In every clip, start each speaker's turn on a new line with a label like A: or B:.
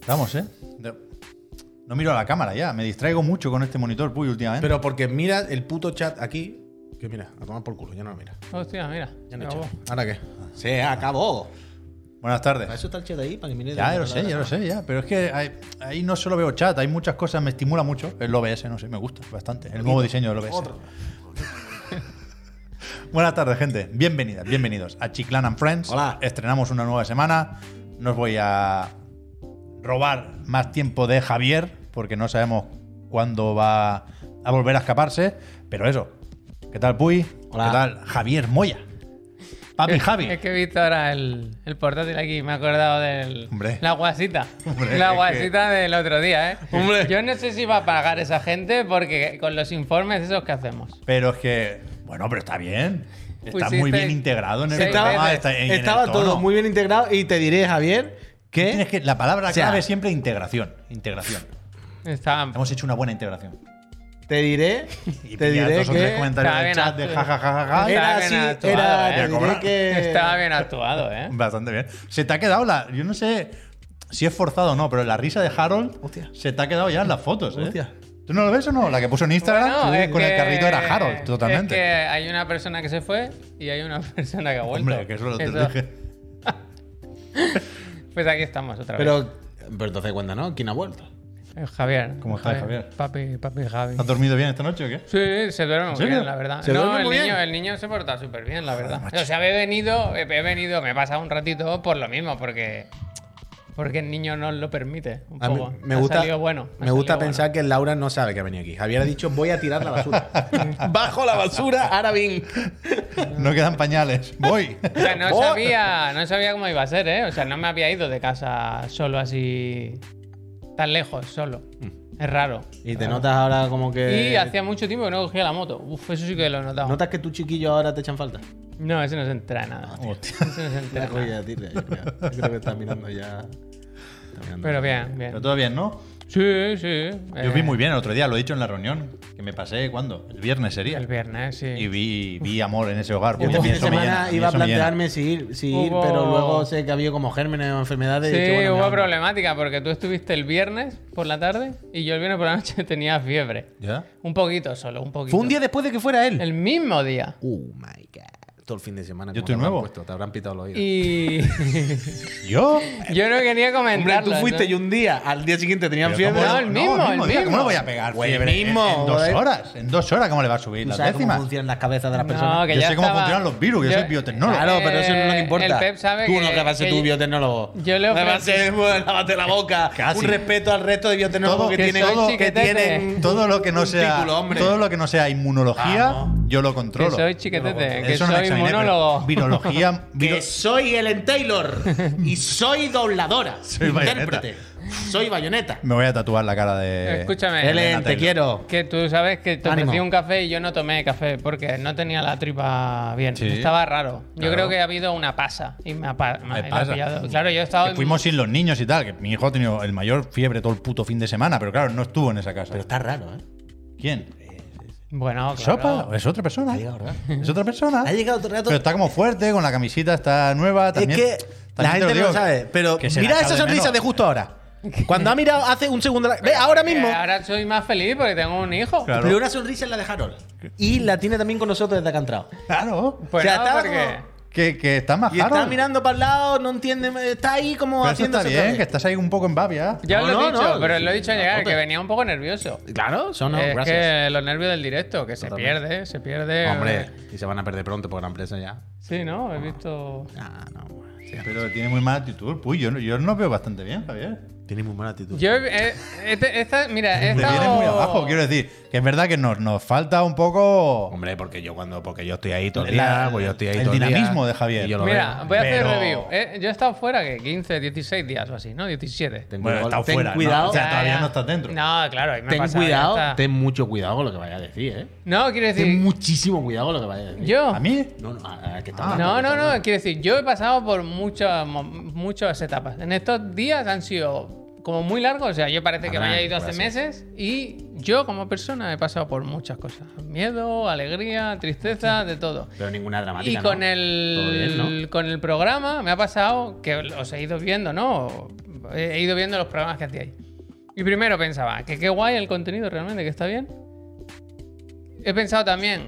A: Estamos, ¿eh? No miro a la cámara ya, me distraigo mucho con este monitor, Puy, últimamente.
B: Pero porque mira el puto chat aquí. Que mira, a tomar por culo, ya no lo mira.
C: Hostia, mira.
B: Ya no
C: mira
B: hay
C: vos.
B: chat. ¿Ahora qué? Se acabó.
A: Buenas
D: Ah. Para
A: tardes.
D: eso está el chat ahí, para que mire.
A: Ya, ya lo sé, ya lo sé, ya. Pero es que hay- ahí no solo veo chat, hay muchas cosas, me estimula mucho. El OBS, no sé, me gusta bastante. El nuevo diseño del OBS. Buenas tardes, gente. Bienvenidas, bienvenidos a Chiclan and Friends.
D: Hola.
A: Estrenamos una nueva semana. No os voy a robar más tiempo de Javier, porque no sabemos cuándo va a volver a escaparse. Pero eso. ¿Qué tal, Puy?
D: Hola.
A: ¿Qué tal, Javier Moya? Papi
C: Es-
A: Ah, Javi.
C: Es que he visto ahora el, el portátil aquí, me he acordado del.
A: Hombre.
C: La guasita.
A: Hombre,
C: la
A: es
C: guasita del otro día, ¿eh? Yo no sé si va a pagar esa gente porque con los informes esos que hacemos.
A: Pero es que, bueno, pero está bien.
D: Pues
A: Está
C: Pusiste
A: muy bien integrado en el
C: seis
A: programa.
C: veces.
A: Ah, está- en el
D: Estaba
A: tono.
D: todo muy bien integrado y te diré, Javier,
A: Tienes
D: que
A: que- la palabra
D: O sea-
A: clave es siempre integración. Integración.
C: Estaban.
A: Hemos hecho una buena integración.
D: te diré,
A: Y
D: te
A: pillar
D: diré
A: dos o tres
D: que
A: comentarios
C: Está
A: en el
C: bien
A: chat de
C: actuado.
A: jajajajaja.
C: Está
D: era
C: bien
D: así,
C: actuado,
A: Voy
D: era, te
C: ¿eh?
A: a
D: diré
A: cobrar.
D: que
C: Estaba bien actuado, ¿eh?
A: Bastante bien. Se te ha quedado la. Yo no sé si es forzado o no, pero la risa de Harold
D: Hostia.
A: se te ha quedado ya en las fotos, ¿eh?
D: Hostia.
A: ¿Tú no lo ves o no? La que puso en Instagram
C: Bueno,
A: sí,
C: es
A: con el
C: que-
A: carrito era Harold, totalmente.
C: Es que hay una persona que se fue y hay una persona que ha vuelto.
A: Hombre, que eso lo te
C: Eso-
A: dije.
C: Pues aquí estamos otra vez.
D: Pero, pero entonces cuenta, ¿no? ¿Quién ha vuelto?
C: Eh, Javier.
A: ¿Cómo estás, Javier?
C: Papi, papi Javi.
A: ¿Has dormido bien esta noche o qué?
C: Sí, se duerme muy
A: serio?
C: bien, la verdad.
D: ¿Se
C: no,
D: duerme
C: el
D: muy
C: niño,
D: bien?
C: el niño se porta súper bien, la verdad. o sea, he venido, he he venido, me he pasado un ratito por lo mismo, porque porque el niño no lo permite. Un
B: A mí
C: poco.
B: me
C: Ha
B: gusta,
C: salido bueno. ha
B: me gusta
C: salido
B: pensar que Laura no sabe que ha venido aquí. Javier ha dicho, voy a tirar la basura. Bajo la basura, ahora bien.
A: No quedan pañales. Voy.
C: bueno. O sea, no
B: ¡Oh!
C: sabía, no sabía cómo iba a ser, ¿eh? O sea, no me había ido de casa solo así, tan lejos, solo. Es raro.
D: Y te notas ahora como que.
C: Y hacía mucho tiempo que no cogía la moto. Uf, eso sí que lo he notado.
D: ¿Notas que tu chiquillo ahora Ah. te echan falta?
C: No, ese no se entera en nada.
A: Hostia.
C: Ese no se entera en nada.
D: Oye, tira, yo creo. Yo creo que está mirando ya. está mirando.
C: Pero bien,
A: Pero
C: bien.
A: todo bien, ¿no?
C: Sí, sí. eh.
A: Yo vi muy bien el otro día, lo he dicho en la reunión, que me pasé cuando, el viernes sería.
C: El viernes, sí.
A: Y vi, vi amor en ese hogar. Puy,
D: Yo este
A: a mí
D: fin de
A: eso me llena,
D: semana
A: a mí
D: iba a
A: eso me llena.
D: plantearme si ir, si ir,
C: Hubo-
D: pero luego sé que había como gérmenes o enfermedades. y
C: Sí,
D: dije, bueno,
C: hubo
D: mira,
C: problemática porque tú estuviste el viernes por la tarde y yo el viernes por la noche tenía fiebre.
A: ¿Ya?
C: Un poquito solo, un poquito.
D: Fue un día después de que fuera él.
C: El mismo día.
D: Oh my god. Todo el fin de semana.
A: Yo
D: como te
A: estoy
D: habrán
A: nuevo.
D: puesto, te habrán pitado los oídos.
C: Y
A: ¿Yo?
C: yo no quería
D: Hombre,
C: comentarlo.
D: tú fuiste y un día, al día siguiente tenían
A: Pero
D: fiebre.
A: ¿cómo
C: No,
A: le-
C: el mismo, el
A: día, ¿Cómo
C: mismo.
A: le voy a pegar
B: Pues
A: fiebre en-
B: mismo,
A: en, dos
B: joder.
A: horas? ¿En dos horas cómo le va a subir
D: ¿Tú
A: las
D: sabes cómo
A: décimas?
D: funcionan las cabezas de las personas?
C: No, que
A: Yo
C: ya
A: sé cómo
C: estaba-
A: funcionan los virus, yo soy biotecnólogo.
D: Claro, pero eso no es lo que
C: Eh,
D: importa.
C: El Pep sabe
D: Tú
C: que,
D: no que vas a ser
C: que
D: tu
C: yo-
D: biotecnólogo.
C: yo le
D: Me vas a
C: ofrecí-
D: ser, bueno, lávate la boca.
A: Casi.
D: Un respeto al resto de biotecnólogos
A: Todo-
D: que,
A: que
D: tienen,
C: soy
D: que
C: chiquetete.
D: tienen.
A: Todo lo que no
D: Un
A: sea,
D: título, hombre.
A: todo lo que no sea inmunología,
D: Vamos.
A: yo lo
C: que
A: controlo.
C: soy chiquetete, que
A: Eso no me
C: soy
A: examiné, pero
C: monólogo.
A: Virología, viro-
D: Que soy Ellen Taylor y soy dobladora,
A: Soy
D: intérprete, soy bayoneta.
A: me voy a tatuar la cara de.
C: Escúchame.
D: Ellen, te
A: Taylor.
D: quiero.
C: Que tú sabes que te
D: Ánimo.
C: ofrecí un café y yo no tomé café porque no tenía la tripa bien.
A: Sí.
C: Estaba raro. Yo
A: Claro.
C: creo que ha habido una pasa y me ha, pa- me
A: Hay
C: ha
A: pasa.
C: pillado. Claro, yo he estado.
A: Que fuimos sin los niños y tal, que mi hijo ha tenido el mayor fiebre todo el puto fin de semana, pero claro, no estuvo en esa casa.
D: Pero está raro, ¿eh?
A: ¿Quién?
C: Bueno, claro.
A: ¿Sopa? ¿Es otra persona?
D: Ha llegado, ¿verdad?
A: Es otra persona.
D: Ha llegado otro rato.
A: Pero está como fuerte, con la camisita está nueva. También,
D: es que
A: también
D: la
A: te
D: gente no
A: digo
D: lo sabe, pero
A: que se
D: mira
A: la
D: esa
A: echa
D: sonrisa de
A: menos.
D: justo ahora. Cuando ha mirado hace un segundo. la- Ve, ahora
C: Que
D: mismo.
C: Ahora soy más feliz porque tengo un hijo.
A: Claro.
D: Pero una sonrisa es la de Harold. Y la tiene también con nosotros desde que ha entrado.
A: Claro.
C: Pues
D: O sea,
C: no,
D: estaba
C: porque.
D: como-
A: Que, que está más
D: Y está
A: Harold.
D: mirando para el lado, no entiende. Está ahí como
A: Pero eso
D: haciendo
A: está bien, que estás ahí un poco en babia.
C: Ya
D: No,
C: lo he
D: no,
C: dicho,
D: no.
C: pero lo he dicho
D: A
C: llegar,
D: tope.
C: que venía un poco nervioso.
D: Claro, son
C: es eh,
D: gracias.
C: que los nervios del directo, que se pierde, se pierde.
D: Hombre, y se van a perder pronto por la empresa ya.
C: Sí, ¿no? He visto.
D: Ah, no, bueno, sí.
A: Pero tiene muy mala actitud. Uy, yo, no- yo nos veo bastante bien, Javier.
D: Tiene muy mala actitud.
C: Yo he. este- esta- mira, he
A: Te
C: estado.
A: vienes muy abajo, quiero decir. Que es verdad que nos, nos falta un poco.
D: Hombre, porque yo cuando porque yo estoy ahí todo el
A: La-
D: día, pues yo estoy ahí
A: el
D: todo el día,
A: dinamismo de Javier.
D: y yo lo
C: Mira,
D: veo.
C: voy a
A: Pero-
C: hacer review. Eh, yo he estado fuera que 15, 16 días o así, ¿no? 17.
D: Ten
A: Bueno,
D: cuidado-
A: está
D: ten
A: fuera. ¿no?
D: cuidado,
A: O sea,
C: Ya,
A: todavía
C: ya.
A: no estás dentro.
C: No, claro, ahí me ha
D: ten
C: pasado, ya
D: cuidado,
C: está.
D: ten mucho cuidado con lo que vaya a decir, ¿eh?
C: No, quiero
D: Ten
C: decir.
D: muchísimo cuidado con lo que vaya a decir.
C: Yo.
A: ¿A mí?
D: No, no, a- a que está
A: Ah,
D: hablando,
C: No,
D: que
C: no,
D: está
C: no, quiero decir, yo he pasado por muchas, mo- muchas etapas. En estos días han sido como muy largos, o sea, yo parece que me
D: Habrá,
C: haya ido hace
D: habrá sido.
C: meses y yo como persona he pasado por muchas cosas. Miedo, alegría, tristeza, de todo.
D: Pero ninguna
C: Y
D: dramática.
C: con
D: ¿no? Todo bien,
C: el,
D: ¿no?
C: con el programa me ha pasado que os he ido viendo, ¿no? He ido viendo los programas que hacíais. Y primero pensaba, que qué guay el contenido realmente, que está bien. He pensado también,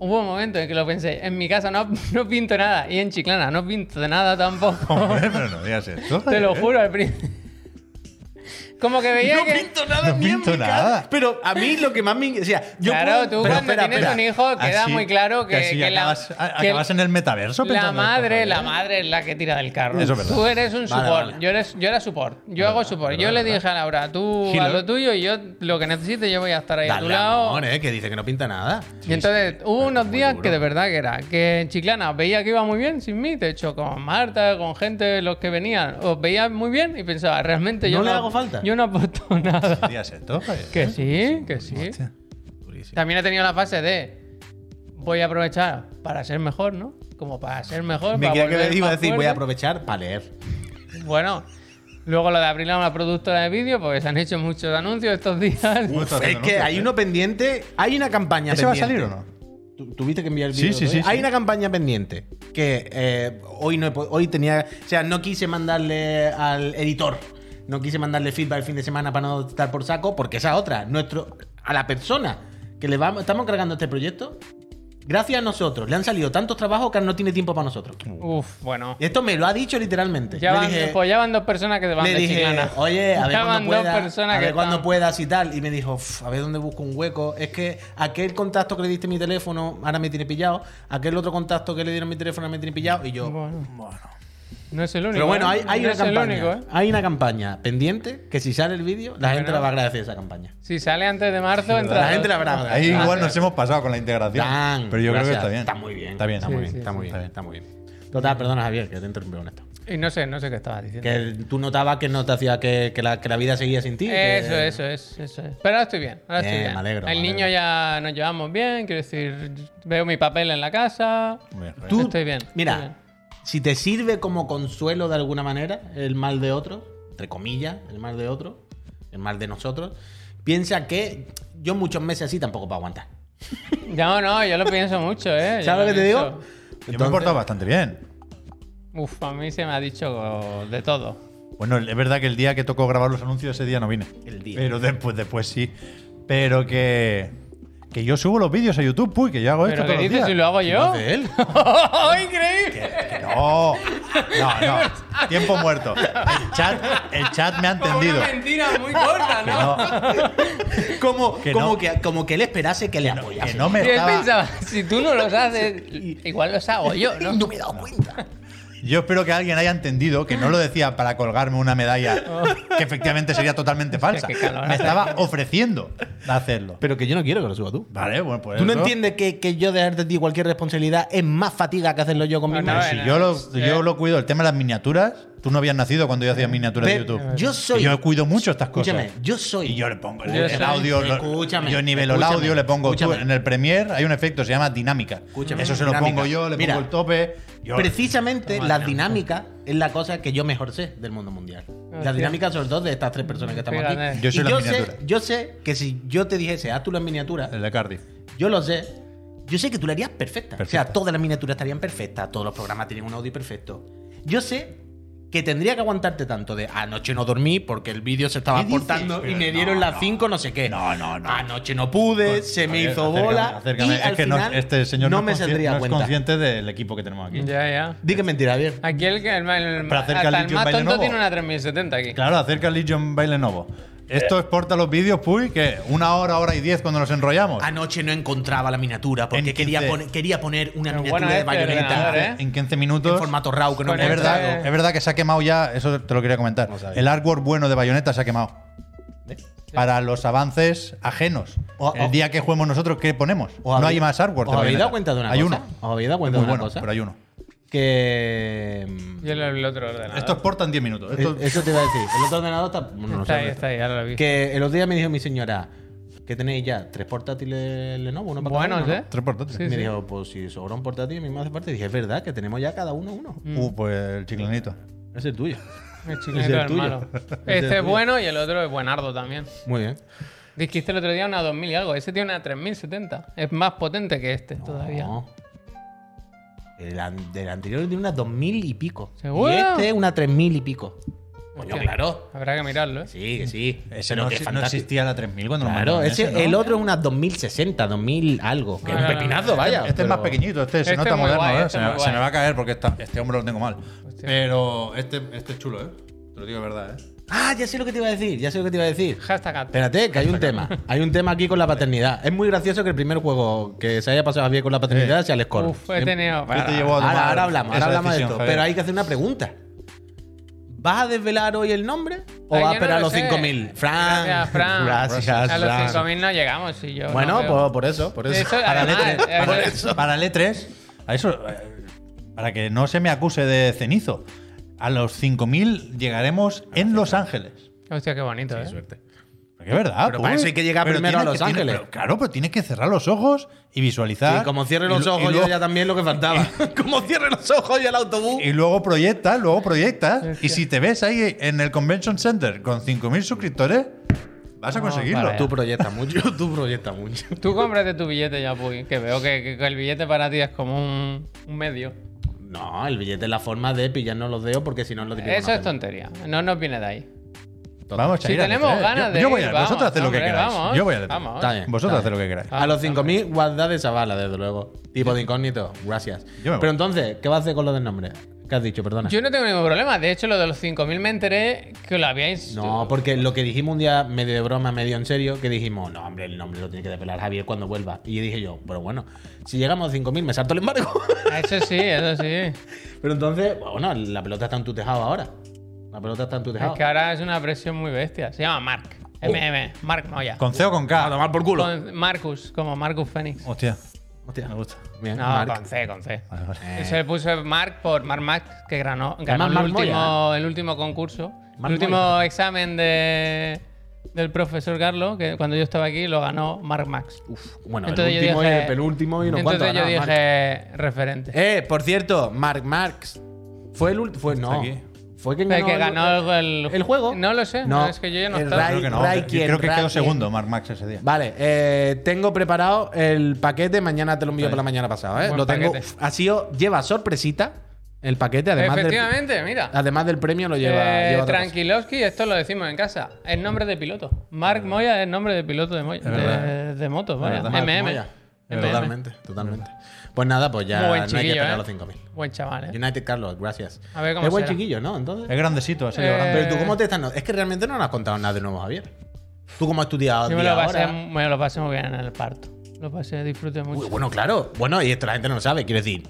C: hubo un momento en que lo pensé, en mi casa no, no pinto nada, y en Chiclana no pinto nada tampoco.
A: Hombre, pero no digas esto.
C: Te lo juro, al principio. Como que veía
D: No
C: que...
D: pinto nada,
A: No
D: ni en
A: pinto
D: mi cara.
A: nada.
D: Pero a mí lo que más me. O sea, yo
C: Claro,
D: puedo-
C: tú cuando
A: espera,
C: tienes
A: espera.
C: un hijo queda
A: Así-
C: muy claro que,
A: así
C: que la,
A: acabas, a-
C: que
A: acabas en el metaverso
C: la
A: pensando
C: madre,
A: esto,
C: la
A: joder.
C: madre es la que tira del carro.
A: Eso es verdad.
C: Tú eres
D: Vale,
C: un support,
D: vale.
C: Yo, eres, yo era support, yo hago support. yo
A: verdad,
C: le dije a Laura, tú
A: Gilo. eh.
C: a lo tuyo y yo lo que necesites yo voy a estar ahí a tu
D: Dale,
C: lado.
D: amor, eh, que dice que no pinta nada.
C: Y entonces hubo unos
D: muy
C: días
D: duro.
C: que de verdad que era, que en Chiclana veía que iba muy bien sin mí, de hecho, con Marta, con gente, los que venían, os veía muy bien y pensaba, realmente yo
D: ¿No le hago falta?
C: Yo no aporto nada.
A: No digas esto, joder.
C: que sí, que sí.
A: Hostia.
D: Durísimo.
C: También he tenido la fase de voy a aprovechar para ser mejor, ¿no? Como para ser mejor.
D: Me
C: para
D: queda que
C: volver
D: le iba a
C: más
D: decir, voy a
C: fuerte.
D: aprovechar para leer.
C: Bueno, luego lo de abrir una productora de vídeo, pues han hecho muchos anuncios estos días.
A: Uf, está haciendo
D: es que
A: anuncios,
D: hay
A: eh.
D: uno pendiente, hay una campaña
A: ¿Ese va a
D: pendiente.
A: salir o no?
D: Tu- Tuviste que enviar el
A: Sí,
D: vídeo.
A: sí,
D: todavía?
A: sí,
D: Hay
A: sí.
D: una campaña pendiente que eh, hoy no he pod- hoy tenía, o sea, no quise mandarle al editor, no quise mandarle feedback el fin de semana para no estar por saco, porque esa otra, nuestro a la persona que le vamos, estamos cargando este proyecto, gracias a nosotros le han salido tantos trabajos que no tiene tiempo para nosotros.
C: Uf, bueno.
D: Esto me lo ha dicho literalmente.
C: Ya
D: Le
C: van,
D: dije-
C: pues ya van dos personas que te van
D: le
C: de
D: dije,
C: Chiclana.
D: oye, a ver
C: ya van
D: cuando
C: dos
D: puedas,
C: personas
D: a ver
C: que
D: cuando
C: están-
D: puedas y tal. Y me dijo, "Uf, a ver dónde busco un hueco. Es que aquel contacto que le diste a mi teléfono ahora me tiene pillado. Aquel otro contacto que le dieron a mi teléfono ahora me tiene pillado. Y yo,
C: Bueno, No es el único.
D: pero bueno,
C: ¿eh?
D: hay, hay
C: no
D: una
C: es el
D: campaña.
C: único, ¿eh?
D: Hay una campaña pendiente que si sale el vídeo, la gente
C: Bueno.
D: la va a agradecer esa campaña.
C: Si sale antes de marzo, entra.
D: La gente la habrá
A: Ahí
D: agradecer.
A: igual nos hemos pasado con la integración.
D: Dan,
A: pero yo creo que
D: gracias.
A: está bien.
D: Está muy bien.
A: Está bien,
D: está
A: está
D: muy
A: muy
D: bien.
C: sí,
D: Está
C: sí,
D: muy
A: sí.
D: bien. Está muy bien. Total, perdona, Javier, que te interrumpí con esto.
C: Y no sé, no sé qué estabas diciendo.
D: Que tú notabas que no te hacía que, que la, que la vida seguía sin ti. que-
C: Eso, eso, es, eso es. Pero ahora estoy bien, ahora estoy
D: Bien,
C: bien.
D: me alegro,
C: El
D: me
C: niño
D: alegro.
C: ya nos llevamos bien, quiero decir, veo mi papel en la casa.
A: Muy bien, joder.
D: Tú-
C: Estoy bien,
D: Mira,
C: estoy bien.
D: si te sirve como consuelo de alguna manera el mal de otro, entre comillas, el mal de otro, el mal de nosotros, piensa que yo muchos meses así tampoco puedo aguantar.
C: No, no, yo lo pienso mucho, ¿eh? Yo
D: ¿Sabes lo que te digo?
C: pienso.
A: Yo me he portado bastante bien.
C: Uf, a mí se me ha dicho de todo.
A: Bueno, es verdad que el día que tocó grabar los anuncios, ese día no vine.
D: El día.
A: Pero después, después sí. Pero que. Que yo subo los vídeos a YouTube, puy, que yo hago esto
C: ¿Pero qué
A: todos los
C: dices
A: días.
C: si lo hago yo? ¡Oh,
D: de él.
C: ¡Increíble!
A: Que No, no, no. Tiempo muerto. El chat, el chat me ha entendido.
C: Una mentira muy corta,
A: Que
C: ¿no?
A: no,
D: como,
A: Que
D: como
A: no.
D: que, como que él esperase que le apoyase.
A: que no me
C: Yo
A: estaba.
C: pensaba, si tú no los haces, igual los hago yo, ¿no?
D: me he dado cuenta.
A: Yo espero que alguien haya entendido que no lo decía para colgarme una medalla que efectivamente sería totalmente falsa.
C: qué calor ¿eh?
A: Me
C: hace.
A: estaba ofreciendo hacerlo.
D: Pero que yo no quiero que lo suba tú.
A: Vale, bueno, pues.
D: ¿Tú no
A: eso.
D: entiendes que, que yo dejar de ti cualquier responsabilidad es más fatiga que hacerlo yo con mi
C: Ah, no,
D: mano?
A: Si
C: Bueno,
A: yo lo,
C: es-
D: Eh.
A: yo lo cuido, el tema de las miniaturas, tú no habías nacido cuando yo hacía miniaturas de
D: Ve,
A: YouTube.
D: yo soy-
A: Y yo cuido mucho estas cosas.
D: Escúchame, yo soy.
A: Y yo le pongo el,
C: Yo
A: el
C: soy-
A: audio, lo-
D: Escúchame,
A: yo nivelo el
D: escúchame,
A: audio, le pongo tú-
D: escúchame.
A: en el Premiere hay un efecto, se llama dinámica.
D: Escúchame,
A: Eso se lo
D: dinámica.
A: pongo yo, le
D: Mira,
A: pongo el tope. yo-
D: Precisamente la dinámica es la cosa que yo mejor sé del mundo mundial. La
C: Hostia.
D: dinámica sobre todo de estas tres personas que estamos
C: Fíjate.
D: aquí.
A: Yo soy
D: Y
A: la
D: sé-
A: miniatura.
D: yo sé que si yo te dijese, haz tú las miniaturas,
A: el de Cardiff.
D: yo lo sé. Yo sé que tú la harías perfecta. O
A: Perfecta.
D: sea, todas las miniaturas estarían perfectas, todos los programas tienen un audio perfecto. Yo sé que tendría que aguantarte tanto de anoche no dormí porque el vídeo se estaba
A: ¿Qué dices?
D: cortando y
A: Pero
D: me
A: no,
D: dieron las
A: no.
D: 5 no sé qué.
A: No, no, no.
D: Anoche Ah, no pude, se me
A: Oye,
D: hizo
A: acércame,
D: bola
A: acércame.
D: y
A: es
D: al
A: que no-
D: final no,
A: este señor no,
D: me
A: es consci-
D: saldría
A: no
D: a
A: es
D: cuenta.
A: consciente del equipo que tenemos aquí.
C: Ya, ya.
D: Di que mentira, bien.
C: Aquí el que el, ma- el,
A: Pero acerca
C: hasta
A: el
C: el
A: Legion
C: más
A: Baile
C: tonto
A: nuevo.
C: tiene una 3070 aquí.
A: Claro, acerca el Legion Baile Novo. Esto exporta los vídeos, puy, que una hora, hora y diez cuando nos enrollamos.
D: Anoche no encontraba la miniatura porque
A: En
D: quería,
A: 15.
D: pone- quería poner una
C: Pero
D: miniatura
C: bueno,
D: de
C: este ordenador,
D: bayoneta
C: ¿eh?
A: En 15
D: en
A: minutos.
D: formato RAW que no
C: Con
A: Es
D: me
C: el
A: verdad,
C: Entonces-
A: es verdad que se ha quemado ya, eso te lo quería comentar.
D: sabía.
A: el artwork bueno de Bayonetta se ha quemado. Para los avances ajenos.
D: O-
A: el
D: o-
A: día que juguemos nosotros, ¿qué ponemos?
D: ¿Os
A: no
D: habéis-
A: hay más artwork.
D: ¿Os habéis
A: Bayonetta.
D: dado cuenta de una
A: hay
D: cosa?
A: uno.
D: ¿Os habéis dado
A: Es
D: cuenta
A: muy
D: de una
A: bueno,
D: cosa?
A: pero hay uno.
D: Que. mm,
C: Yo el, el otro ordenador.
A: Esto exporta en 10 minutos. Esto-
D: Ah. eh, Eso te iba a decir. El otro ordenador está. bueno, no
C: está
D: sé.
C: ahí, está ahí, ahora lo vi.
D: Que el otro día me dijo mi señora que tenéis ya tres portátiles Lenovo, uno para cada
C: Buenos,
D: uno,
C: ¿eh?
D: ¿no?".
A: Tres por tres.
C: Sí,
D: Me
C: sí.
D: dijo, pues si sobra un portátil, a mí me hace parte. Y dije, es verdad que tenemos ya cada uno uno.
A: Uh, pues el chiclanito.
D: Es el tuyo.
C: El
D: Es
C: chiquito
D: el
C: es
D: tuyo.
C: malo.
D: Es el
C: Este es
D: tuyo.
C: bueno y el otro es buenardo también.
D: Muy bien.
C: Dijiste el otro día una 2000 y algo. Ese tiene una 3070. Es más potente que este todavía.
D: No. El, an- del anterior tiene unas 2000 y pico.
C: ¿Seguro?
D: Y este una 3000 y pico.
B: Coño, claro.
C: Habrá que mirarlo, ¿eh?
B: Sí, que sí.
A: Ese
B: Pero
A: no,
B: que
A: no
B: fantástico.
A: existía la 3000 cuando lo
B: Claro,
A: mandaron,
B: ese,
A: ese, ¿no?
B: el otro es unas 2060, 2000 algo. Que es un
C: Ah,
B: pepinazo, vaya.
A: Este es más
B: pero-
A: pequeñito, este, se
C: Este
A: nota
C: es muy
A: moderno,
C: guay,
A: ¿eh?
C: este
A: se,
C: es
A: me,
C: muy
A: se me
C: guay.
A: va a caer porque esta- este hombre lo tengo mal.
C: Hostia.
A: Pero este, este es chulo, ¿eh? Te lo digo de verdad, ¿eh?
B: Ah, ya sé lo que te iba a decir, ya sé lo que te iba a decir.
C: Hashtag at-
B: Espérate, que hay un tema. Hay un tema aquí con la paternidad. Es muy gracioso que el primer juego que se haya pasado bien con la paternidad sea el score.
C: Uf,
D: em-
C: he tenido.
A: Yo te
C: Para-
A: Este llevo a tomar
B: Ahora, ahora hablamos,
A: esa
B: ahora hablamos de
A: decisión,
B: esto.
A: Javier.
B: Pero hay que hacer una pregunta. ¿Vas a desvelar hoy el nombre? ¿O
C: Ay,
B: vas a
C: yo
B: esperar
C: no
B: los
C: lo sé.
B: 5.000? Fran.
C: Gracias, Fran.
B: Gracias,
C: A los
B: Fran.
C: 5.000 no llegamos. Si yo
B: Bueno,
C: no
B: por,
A: pues,
C: veo.
B: por eso, por eso.
C: Eso,
A: para
C: además,
A: letres,
C: eh,
A: para,
C: eso-
A: para letres, a eso, eh, para que no se me acuse de cenizo, a los 5000 llegaremos en Los Ángeles.
C: Hostia, qué bonito, ¿eh?
B: Suerte.
A: Porque es verdad.
B: Pero para eso hay que llegar
A: Pero
B: primero
A: tienes
B: a Los
A: que- tienes-
B: Ángeles.
A: pero claro, pero tienes que cerrar los ojos y visualizar.
B: Y como cierre
A: Y
B: los
A: lu- y
B: ojos, yo
A: luego-
B: ya también lo que faltaba. como cierre los ojos y el autobús.
A: Y luego proyectas, luego proyectas.
C: Hostia.
A: Y si te ves ahí en el Convention Center con 5.000 suscriptores, vas a
C: Vamos
A: conseguirlo.
C: para allá.
B: Tú proyectas mucho, tú proyectas mucho.
C: Tú cómprate tu billete ya, Puy. Que veo que, que- que el billete para ti es como un, un medio.
B: No, el billete es la forma de pillarnos los dedos porque si no lo tenemos.
C: Eso es tontería. No nos viene de ahí.
A: Vamos,
C: Si
A: Chaira,
C: tenemos
A: que traes.
C: ganas
A: Yo-
C: de
A: Yo voy
C: ir,
A: a
C: vamos,
A: vosotros haced lo que
C: hombre,
A: queráis.
C: vamos.
A: Yo voy a detrás.
C: Vamos.
B: Está bien.
A: Vosotros
B: está
A: haced lo que
B: bien.
A: queráis.
B: A los 5.000, guardad esa bala, desde luego. Tipo de incógnito, gracias.
A: Yo me voy.
B: Pero entonces, ¿qué vas a hacer con lo del nombre? ¿Qué has dicho? Perdona.
C: Yo no tengo ningún problema. De hecho, lo de los 5.000 me enteré que lo habíais.
B: No, porque lo que dijimos un día, medio de broma, medio en serio, que dijimos, no, hombre, el nombre lo tiene que depelar Javier cuando vuelva. Y dije yo, pero bueno, si llegamos a 5.000, me salto el embargo.
C: Eso sí, eso sí.
B: pero entonces, bueno, la pelota está en tu tejado ahora. La pelota está en tu
C: es
B: tejado.
C: que ahora es una presión muy bestia. Se llama Mark. MM. Mark Moya.
A: Con C o con K.
B: tomar por Uh. culo.
C: Con Marcus, como Marcus Phoenix.
A: Hostia.
B: Hostia,
A: Me gusta.
B: Bien,
C: No,
B: Marc.
C: con C, con C.
A: Ah, Vale, vale.
B: Eh.
C: Se le puso Mark por Mark Max, que ganó, ganó
B: Además,
C: el,
B: Marc
C: último, el último concurso.
B: Marc
C: el último
B: Moya.
C: examen de, del profesor Carlos, que cuando yo estaba aquí lo ganó Mark Max.
B: Uf, bueno,
C: Entonces
B: el
C: yo
B: último
C: dije-
B: y el penúltimo y no cuánto
C: Entonces yo
B: ganaba,
C: dije
B: Marc.
C: referente.
B: Eh, por cierto, Mark Marx fue el último. Fue, no.
A: aquí.
B: Fue quien
C: Fue el
B: ganó,
C: que ganó el,
B: el juego.
C: No lo sé, no, es que yo ya no
B: el
C: estaba.
B: Rai-
A: Creo que no.
B: Raikien,
A: creo que quedó
B: Raikien.
A: segundo Mark Max ese día.
B: Vale, eh, tengo preparado el paquete. Mañana te lo envío
A: Ahí.
B: para la mañana pasada. ¿eh?
C: Buen
B: Lo tengo.
C: paquete.
B: uf, ha sido. Lleva sorpresita el paquete. Además, del,
C: Efectivamente, mira.
B: además del premio, lo lleva.
C: Eh,
B: lleva otra cosa.
C: Tranquilovsky, esto lo decimos en casa. Es nombre de piloto. Mark Moya es nombre de piloto de, Moya, de,
A: verdad.
C: de moto. Vaya.
A: verdad.
B: Marc
C: MM.
B: Moya.
C: MM.
B: Totalmente, totalmente. Pues nada, pues ya
C: Muy buen
B: no hay que
C: chiquillo,
B: esperar
C: eh.
B: a los 5.000.
C: Buen chaval, ¿eh?
B: United Carlos, gracias.
C: A ver cómo
B: es buen
C: será.
B: chiquillo, ¿no? Entonces.
A: Es grandecito, ha salido
C: Eh,
A: grande.
B: Pero tú cómo te estás... no- Es que realmente no nos has contado nada de nuevo, Javier. Tú cómo has estudiado
C: Eh, Yo
B: el
C: me
B: día
C: lo, pasé,
B: ahora.
C: me lo pasé muy bien en el parto. Lo pasé, disfruté mucho.
B: Uy, Pues bueno, claro. Bueno, y esto la gente no lo sabe. Quiero decir,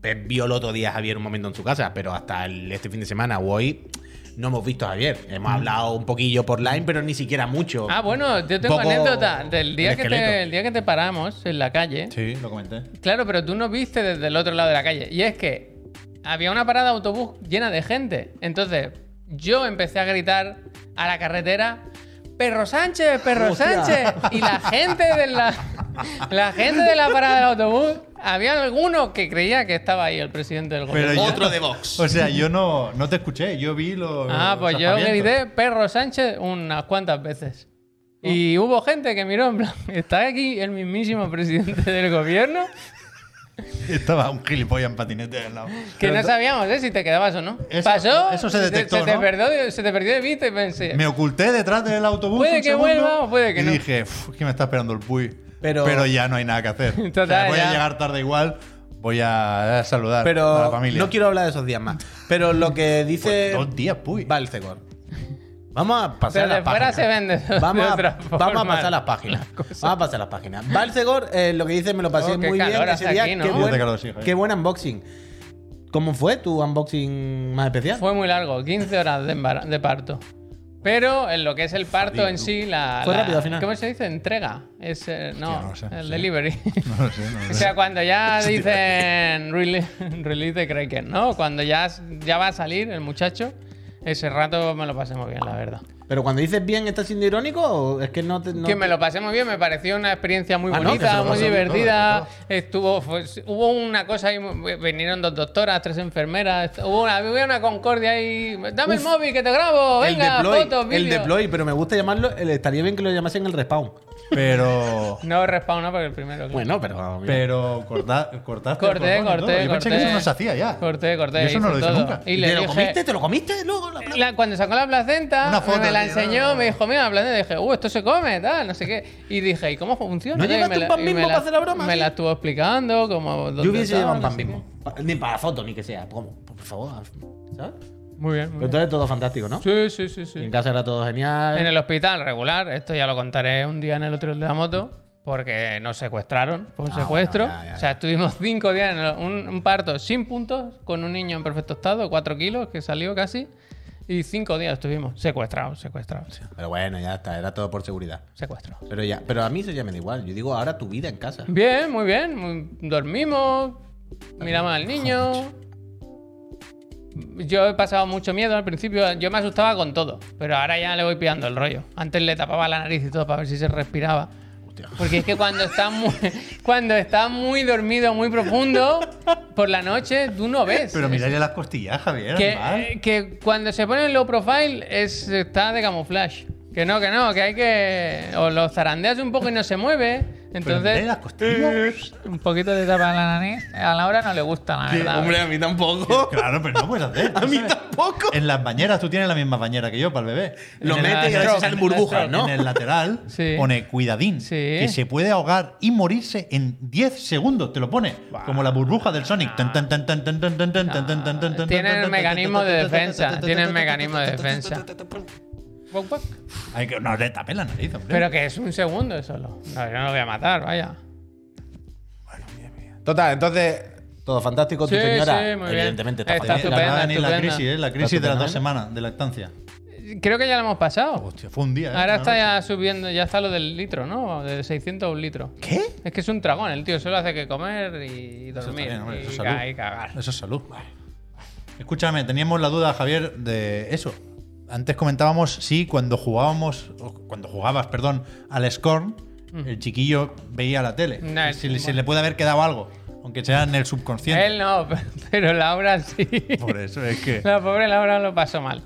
B: Pep vio el otro día a Javier un momento en su casa, pero hasta el- este fin de semana o hoy no hemos visto a Javier. Hemos hablado un poquillo por line, pero ni siquiera mucho.
C: ah, bueno, yo tengo
B: Poco
C: anécdota del día,
B: el
C: que
B: esqueleto.
C: te, el día que te paramos en la calle.
A: Sí, lo comenté.
C: Claro, pero tú no viste desde el otro lado de la calle. Y es que había una parada de autobús llena de gente. Entonces, yo empecé a gritar a la carretera. Perro Sánchez, perro
B: Hostia.
C: Sánchez. Y la gente de la, la gente de la parada del autobús, había alguno que creía que estaba ahí el presidente del gobierno.
A: yo-
B: Otro de Vox.
A: O sea, yo no, no te escuché, yo vi los.
C: Ah, pues
A: los
C: yo
A: zafamientos.
C: grité perro Sánchez unas cuantas veces. Y hubo gente que miró en plan, ¿está aquí el mismísimo presidente del gobierno?
A: Estaba un gilipollas en patinete al lado.
C: Que no sabíamos ¿eh? si te quedabas o no.
A: Eso-
C: Pasó.
A: eso se
C: te-
A: detectó,
C: se, te
A: ¿no?
C: perdió, se te perdió de vista y pensé.
A: Me oculté detrás del autobús.
C: Puede
A: un
C: que
A: segundo
C: vuelva o puede que no.
A: Y dije, "Uf, es que me está esperando el puy.
B: Pero-
A: Pero, ya no hay nada que hacer. O sea,
C: Total,
A: voy a
C: ya.
A: llegar tarde igual, voy a a saludar a la
B: Pero
A: familia. Pues,
B: no quiero hablar de esos días más. Pero lo que dice...
A: Dos días, puy.
B: Va el Cegor. Vamos a pasar
C: Pero
B: a
C: de
B: las
C: fuera
B: páginas.
C: se vende. de
B: Vamos, a,
C: otra forma.
B: vamos a pasar las páginas. Vamos a pasar las páginas. Valsegor, eh, lo que dice, me lo pasé
C: Oh, qué
B: muy bien
C: calor
B: ese
C: hace
B: día.
C: aquí, ¿no?
B: qué,
C: Fíjate
B: buen,
A: que lo exijo, ¿eh?
B: qué buen unboxing. ¿Cómo fue tu unboxing más especial?
C: Fue muy largo, 15 horas de, embara- de parto. Pero en lo que es el parto en sí, la.
B: Fue
C: la-
B: rápido al final.
C: ¿Cómo se dice? Entrega. Es, eh, no,
A: no lo sé,
C: el
A: sí.
C: delivery.
A: No lo sé, no lo
C: O
A: sé.
C: sea, cuando ya dicen release, release the Kraken, ¿no? Cuando ya, ya va a salir el muchacho, ese rato me lo pasé muy bien, la verdad.
B: Pero cuando dices bien, ¿estás siendo irónico o es que no te. no
C: que
B: te-
C: me lo pasé muy bien, me pareció una experiencia muy
B: Ah, no, que se
C: bonita,
B: lo
C: muy
B: pasó bien
C: divertida.
B: todo,
C: Estuvo, fue- hubo una cosa ahí, muy- vinieron dos doctoras, tres enfermeras, est- hubo una, hubo una concordia ahí. Dame el móvil que te grabo,
B: el
C: venga,
B: deploy,
C: fotos,
B: el
C: vídeos.
B: eh, deploy, pero me gusta llamarlo. el- estaría bien que lo llamasen el respawn.
A: Pero.
C: No respawnó porque el primero. claro.
B: Bueno, pero. mira.
A: Pero corta, cortaste. el
C: Corté,
A: cordón y todo.
C: corté,
A: Yo
C: corté.
A: pensé que eso no se hacía ya.
C: Corté, corté.
A: Yo eso no
C: hice
A: lo hice
C: todo.
A: nunca.
C: Y
B: ¿Te
C: le
B: lo
C: dije-
B: comiste? ¿Te lo comiste? Luego la-
C: la- cuando sacó la placenta,
A: Una foto,
C: me la
A: tío.
C: enseñó, me dijo, mira la placenta, dije, uh, esto se come, tal, no sé qué. Y dije, ¿y cómo funciona?
B: ¿No
C: Y me
B: llevaste
C: la-
B: un pan
C: y me
B: bimbo para hacer la broma,
C: Me
B: sí?
C: la estuvo explicando, como... dónde
B: Yo hubiese
C: tal,
B: llevado un
C: no
B: pan
C: sé
B: mismo. Ni para la foto, ni que sea. Como, Por favor. ¿Sabes?
C: qué. Muy bien, muy bien.
B: Entonces todo fantástico, ¿no?
C: Sí, sí, sí,
B: Y En
C: sí.
B: casa era todo genial.
C: En el hospital regular, esto ya lo contaré un día en el otro de la moto, porque nos secuestraron por un secuestro.
B: Ah, bueno, ya, ya,
C: O sea, estuvimos cinco días en el- un, un parto sin puntos, con un niño en perfecto estado, cuatro kilos, que salió casi, y cinco días estuvimos secuestrados, secuestrados,
B: Pero bueno, ya está. Era todo por seguridad.
C: secuestrados.
B: Pero ya, pero a mí eso ya me da igual. Yo digo ahora tu vida en casa.
C: Bien, muy bien. muy- Dormimos, miramos al niño. Yo he pasado mucho miedo al principio. Yo me asustaba con todo, pero ahora ya le voy pillando el rollo. Antes le tapaba la nariz y todo para ver si se respiraba.
B: Hostia.
C: Porque es que cuando está muy, cuando está muy dormido, muy profundo, por la noche tú no ves.
A: Pero mira ya las costillas, Javier.
C: que, eh,
A: animal.
C: que cuando se pone en low profile es, está de camuflaje. Que no, que no, que hay que. O lo zarandeas un poco y no se mueve.
A: Pero mira ya
C: Entonces. eh,
A: las costillas.
C: Un poquito de tapa en la nariz. A la hora no le gusta, la verdad.
B: a mí tampoco.
A: Claro, pero no puedes hacer.
B: A mí
A: Eso es-
B: tampoco.
A: En las bañeras, tú tienes la misma bañera que yo para el bebé.
B: Lo
A: En el-
B: metes y a veces
A: en el-
B: salen burbujas, ¿no?
A: En el lateral
C: Sí.
A: pone cuidadín,
C: Sí.
A: que se puede ahogar y morirse en 10 segundos, te lo pone. Como la burbuja del Sonic. Tan, tan, tan, tan, tan, tan, tan, tan, tan, tan, tan, tan, tan,
C: Tienen
A: tan,
C: el
A: tan,
C: mecanismo
A: tan,
C: de
A: tan, tan,
C: defensa,
A: tan, tan,
C: tienen el
A: tan, tan,
C: mecanismo de
A: tan, tan,
C: defensa.
A: tan, tan, tan, tan.
C: Guac, guac.
A: Hay que- No, le tapé la nariz, hombre.
C: Pero que es un segundo solo. No, yo no lo voy a matar, vaya.
B: Total, entonces. Todo fantástico,
C: Sí,
B: tu señora.
C: sí, muy bien.
B: evidentemente está,
C: Está
A: Eh,
B: fatal.
A: la,
C: estupenda,
A: ni la
C: estupenda.
A: crisis, eh, la
B: Está
A: crisis de las
B: estupenda,
A: dos
B: ¿eh?
A: semanas de lactancia.
C: Creo que ya lo hemos pasado.
A: Hostia, fue un día. eh,
C: Ahora
A: una
C: está
A: noche.
C: ya subiendo, ya está lo del litro, ¿no? De 600 a un litro.
A: ¿Qué?
C: Es que es un dragón, el tío solo hace que comer y
A: Eso está
C: dormir.
A: bien, hombre, eso
C: y,
A: es salud.
C: ca- y cagar.
A: Eso es salud. Escúchame, teníamos la duda, Javier, de eso. Antes comentábamos si cuando jugábamos, o cuando jugabas, perdón, al Scorn, el chiquillo veía la tele.
C: No,
A: Y
C: es
A: si le-
C: un-
A: se le puede haber quedado algo, aunque sea en el subconsciente.
C: Él no, pero Laura sí.
A: Por eso es que.
C: La pobre Laura lo pasó mal.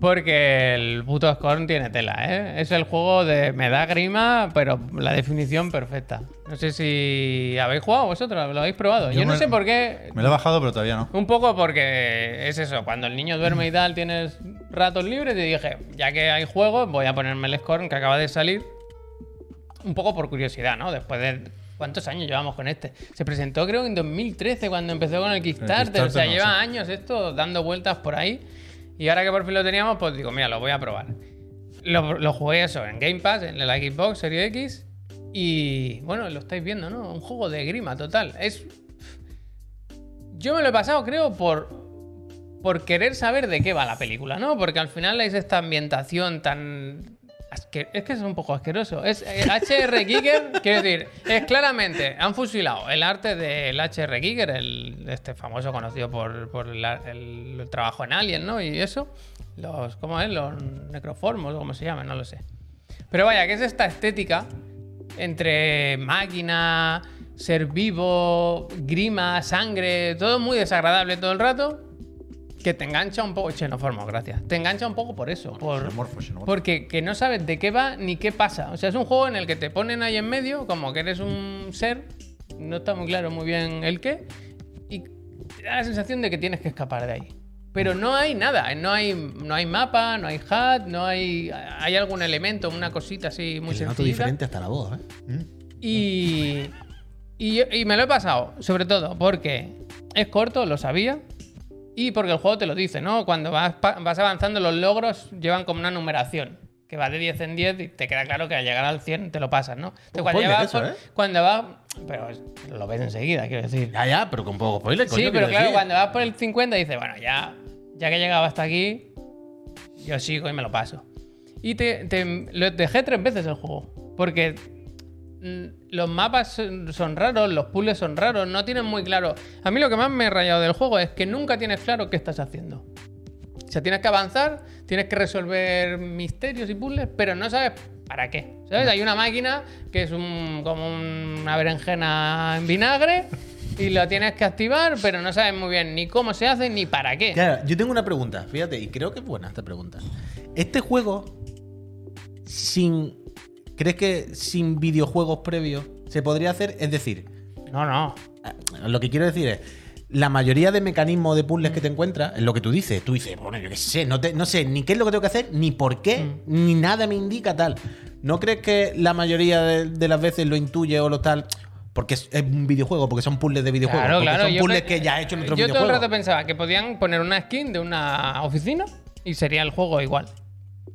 C: Porque el puto Scorn tiene tela, ¿eh? Es el juego de me da grima, pero la definición perfecta. No sé si habéis jugado vosotros, lo habéis probado. Yo,
A: Yo
C: no
A: me-
C: sé por qué.
A: Me lo he bajado, pero todavía no.
C: Un poco porque es eso, cuando el niño duerme y tal, tienes ratos libres y dije, ya que hay juegos, voy a ponerme el Scorn que acaba de salir. Un poco por curiosidad, ¿no? Después de... ¿Cuántos años llevamos con este? Se presentó creo que en 2013 cuando empezó con el Kickstarter. O sea,
A: Kickstarter no,
C: lleva
A: sí.
C: años esto dando vueltas por ahí. Y ahora que por fin lo teníamos, pues digo, mira, lo voy a probar. Lo, lo jugué eso en Game Pass, en la Xbox Series X. Y bueno, lo estáis viendo, ¿no? Un juego de grima total. Es yo me lo he pasado, creo, por. Por querer saber de qué va la película, ¿no? Porque al final es esta ambientación tan. asque- Es que es un poco asqueroso. Es eh, HR Giger, quiero decir, es claramente, han fusilado el arte del HR Giger, el, este famoso conocido por, por la- el, trabajo en Alien, ¿no? Y eso. Los, ¿Cómo es? Los necroformos, o como se llaman, no lo sé. Pero vaya, que es esta estética entre máquina, ser vivo, grima, sangre, todo muy desagradable todo el rato, que te engancha un poco. Xenoformo, gracias. Te engancha un poco por eso. Por,
A: Xenomorfo, xenomorfo.
C: porque que no sabes de qué va ni qué pasa. O sea, es un juego en el que te ponen ahí en medio, como que eres un ser, no está muy claro muy bien el qué, y te da la sensación de que tienes que escapar de ahí. Pero no hay nada, no hay, no hay mapa, no hay HUD, no hay. Hay algún elemento, una cosita así muy
B: El noto
C: sencilla.
B: diferente hasta la voz, ¿eh?
C: Y, y, yo- y me lo he pasado, sobre todo porque es corto, lo sabía. Y porque el juego te lo dice, ¿no? Cuando vas, pa- vas avanzando, los logros llevan como una numeración. Que va de 10 en 10 y te queda claro que al llegar al 100 te lo pasas, ¿no? Entonces, cuando,
B: spoiler
C: llevas
B: eso,
C: por-
B: ¿eh?
C: cuando vas. Pero es- lo ves enseguida, quiero decir.
B: Ya, ya, pero con poco spoiler, coño.
C: Sí, pero
B: quiero
C: claro,
B: decir.
C: cuando vas por el 50 dices, bueno, ya, ya que he llegado hasta aquí, yo sigo y me lo paso. Y te, te- lo dejé tres veces el juego, porque mm, los mapas son, son raros, los puzzles son raros, no tienen muy claro. A mí lo que más me he rayado del juego es que nunca tienes claro qué estás haciendo. O sea, tienes que avanzar, tienes que resolver misterios y puzzles, pero no sabes para qué. ¿Sabes? Hay una máquina que es un, como una berenjena en vinagre y lo tienes que activar, pero no sabes muy bien ni cómo se hace ni para qué.
B: Claro, yo tengo una pregunta, fíjate, y creo que es buena esta pregunta. Este juego, sin ¿Crees que sin videojuegos previos se podría hacer? Es decir,
C: No, no.
B: lo que quiero decir es, la mayoría de mecanismos de puzzles que te encuentras, es lo que tú dices, tú dices, bueno, yo qué sé, no, te- no sé ni qué es lo que tengo que hacer, ni por qué,
C: Mm.
B: ni nada me indica tal. ¿No crees que la mayoría de, de las veces lo intuye o lo tal? Porque es, es un videojuego, porque son puzzles de videojuegos.
C: Claro,
B: porque
C: claro.
B: Son
C: yo
B: puzzles
C: pe-
B: que ya he hecho en otro
C: Yo todo
B: videojuego.
C: el rato pensaba que podían poner una skin de una oficina y sería el juego igual.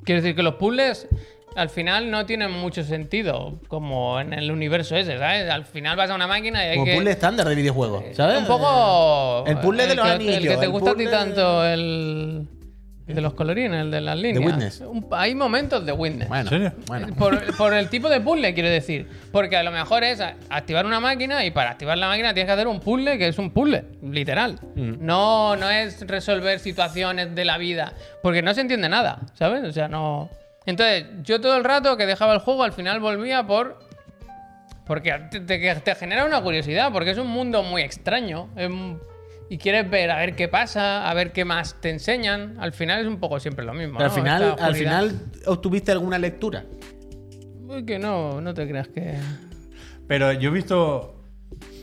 C: Quiero decir que los puzzles al final no tienen mucho sentido, como en el universo ese, ¿sabes? Al final vas a una máquina y hay
B: Como
C: que. Eh,
B: puzzle estándar de videojuegos, ¿sabes?
C: Un poco.
B: El puzzle de
C: el
B: los
C: que-
B: anillos,
C: El que te
B: el
C: gusta a ti
B: puzzle-
C: tanto, el. el de los colorines, el de las líneas.
B: Witness.
C: Un- hay momentos de Witness.
B: Bueno,
A: ¿En serio?
B: bueno.
C: Eh, Por, por el tipo de puzzle, quiero decir. Porque a lo mejor es a- activar una máquina y para activar la máquina tienes que hacer un puzzle que es un puzzle, literal.
B: Mm.
C: No, no es resolver situaciones de la vida. Porque no se entiende nada, ¿sabes? O sea, no. Entonces, yo todo el rato que dejaba el juego, al final volvía por. Porque te, te- te genera una curiosidad, porque es un mundo muy extraño. em, y quieres ver a ver qué pasa, a ver qué más te enseñan. Al final es un poco siempre lo mismo.
B: Pero al
C: ¿no?
B: final,
C: Esta
B: al
C: oscuridad.
B: final obtuviste alguna lectura.
C: Uy, que no, no te creas que.
A: Pero yo he visto.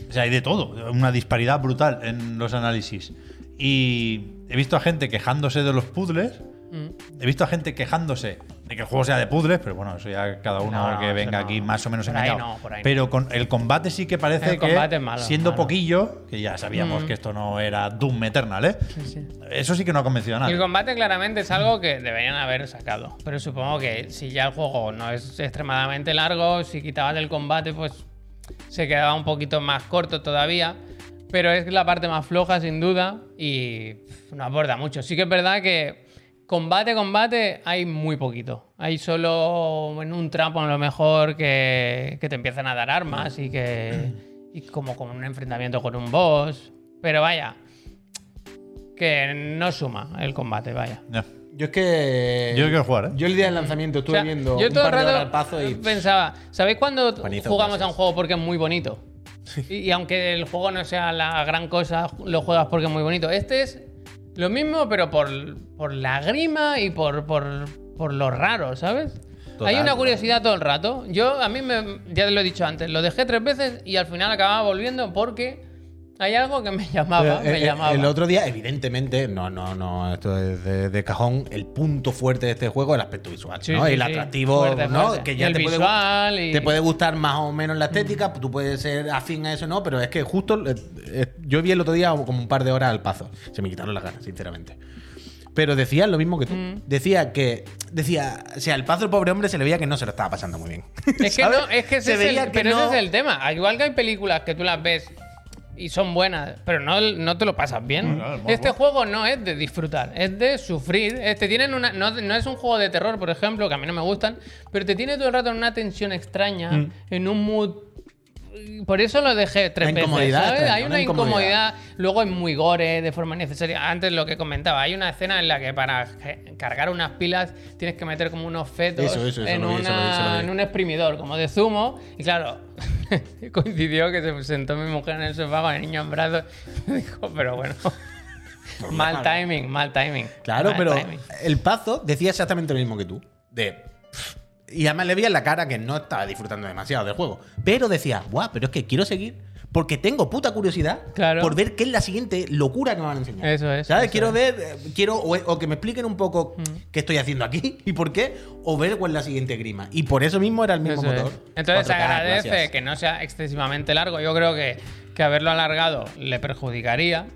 A: O sea, hay de todo. Una disparidad brutal en los análisis. Y he visto a gente quejándose de los puzzles.
C: Mm.
A: He visto a gente quejándose de que el juego sea de puzzles, pero bueno, eso ya cada uno
C: No,
A: que
C: eso
A: venga
C: no.
A: aquí más o menos
C: Por ahí
A: engañado.
C: no, por ahí no.
A: pero con el combate sí que parece
C: El
A: que
C: combate es malo,
A: siendo
C: malo. Mm.
A: poquillo, que ya sabíamos que esto no era Doom Eternal, ¿eh?
C: sí.
A: Eso sí que no ha convencido a nadie.
C: El combate claramente es algo que deberían haber sacado. Pero supongo que si ya el juego no es extremadamente largo, si quitaban el combate, pues se quedaba un poquito más corto todavía. Pero es la parte más floja, sin duda, y pff, no aporta mucho. Sí que es verdad que combate, combate, hay muy poquito. Hay solo en un tramo, a lo mejor, que, que te empiezan a dar armas y que. Y como con un enfrentamiento con un boss. Pero vaya, que no suma el combate, vaya.
A: Ya.
B: Yo es que.
A: Yo quiero jugar, ¿eh?
B: Yo el día del lanzamiento estuve
C: O sea,
B: viendo
C: yo
B: un
C: todo
B: par
C: el
B: de horas
C: rato
B: al paso y.
C: pensaba, ¿sabéis cuando
B: Buenísimo,
C: jugamos a
B: gracias.
C: un juego porque es muy bonito? Y, y aunque el juego no sea la gran cosa, lo juegas porque es muy bonito. Este es lo mismo, pero por, por la grima y por, por, por lo raro, ¿sabes?
B: Total,
C: Hay una
B: total.
C: curiosidad todo el rato. Yo, a mí, me, ya te lo he dicho antes, lo dejé tres veces y al final acababa volviendo porque hay algo que me llamaba.
B: Eh,
C: me
B: eh,
C: llamaba.
B: El otro día, evidentemente, no, no, no, esto es de, de cajón. El punto fuerte de este juego es el aspecto visual,
C: Sí,
B: ¿no?
C: sí,
B: el
C: sí.
B: atractivo,
C: Fuerte,
B: ¿no?
C: fuerte.
B: Que
C: Y
B: ya
C: el
B: te, puede,
C: visual
B: gu-
C: y-
B: te puede gustar más o menos la estética, tú puedes ser afín a eso, ¿no? Pero es que justo eh, eh, yo vi el otro día como un par de horas al paso. Se me quitaron las ganas, sinceramente. Pero decía lo mismo que tú.
C: Mm.
B: Decía que. Decía. O sea, el paso el pobre hombre se le veía que no se lo estaba pasando muy bien.
C: Es que
B: ¿Sabes?
C: no, es que ese,
B: Se
C: es
B: veía
C: el,
B: que
C: pero
B: no-
C: ese es el tema. Al Igual que hay películas que tú las ves y son buenas, pero no, no te lo pasas bien.
A: Claro, es muy
C: este
A: bueno.
C: juego no es de disfrutar, es de sufrir. Eh, te tienen una, no, no es un juego de terror, por ejemplo, que a mí no me gustan, pero te tiene todo el rato en una tensión extraña,
B: Mm.
C: en un mood. Por eso lo dejé tres
B: Una
C: veces.
B: incomodidad
C: ¿sabes?
B: extraña,
C: hay una,
B: una incomodidad.
C: incomodidad Luego es muy gore de forma innecesaria. Antes lo que comentaba, hay una escena en la que para ge- cargar unas pilas tienes que meter como unos fetos
B: Eso, eso, eso
C: en,
B: lo vi, eso lo vi,
C: una-
B: eso lo vi.
C: en un exprimidor como de zumo. Y claro, coincidió que se sentó mi mujer en el sofá con el niño en brazos. Dijo, pero bueno. mal timing, mal timing.
B: Pues Claro,
C: mal
B: pero
C: timing.
B: el Pazo decía exactamente lo mismo que tú. De. "Pff", Y además le veía en la cara que no estaba disfrutando demasiado del juego. Pero decía, guau, pero es que quiero seguir porque tengo puta curiosidad
C: Claro.
B: por ver qué es la siguiente locura que me van a enseñar.
C: Eso es,
B: ¿Sabes?
C: eso
B: quiero
C: es.
B: ver, eh, quiero o, o que me expliquen un poco qué estoy haciendo aquí y por qué, o ver cuál es la siguiente grima. Y por eso mismo era el mismo
C: Eso es.
B: motor.
C: Entonces se
B: 4K,
C: agradece
B: gracias.
C: que no sea excesivamente largo. Yo creo que, que haberlo alargado le perjudicaría.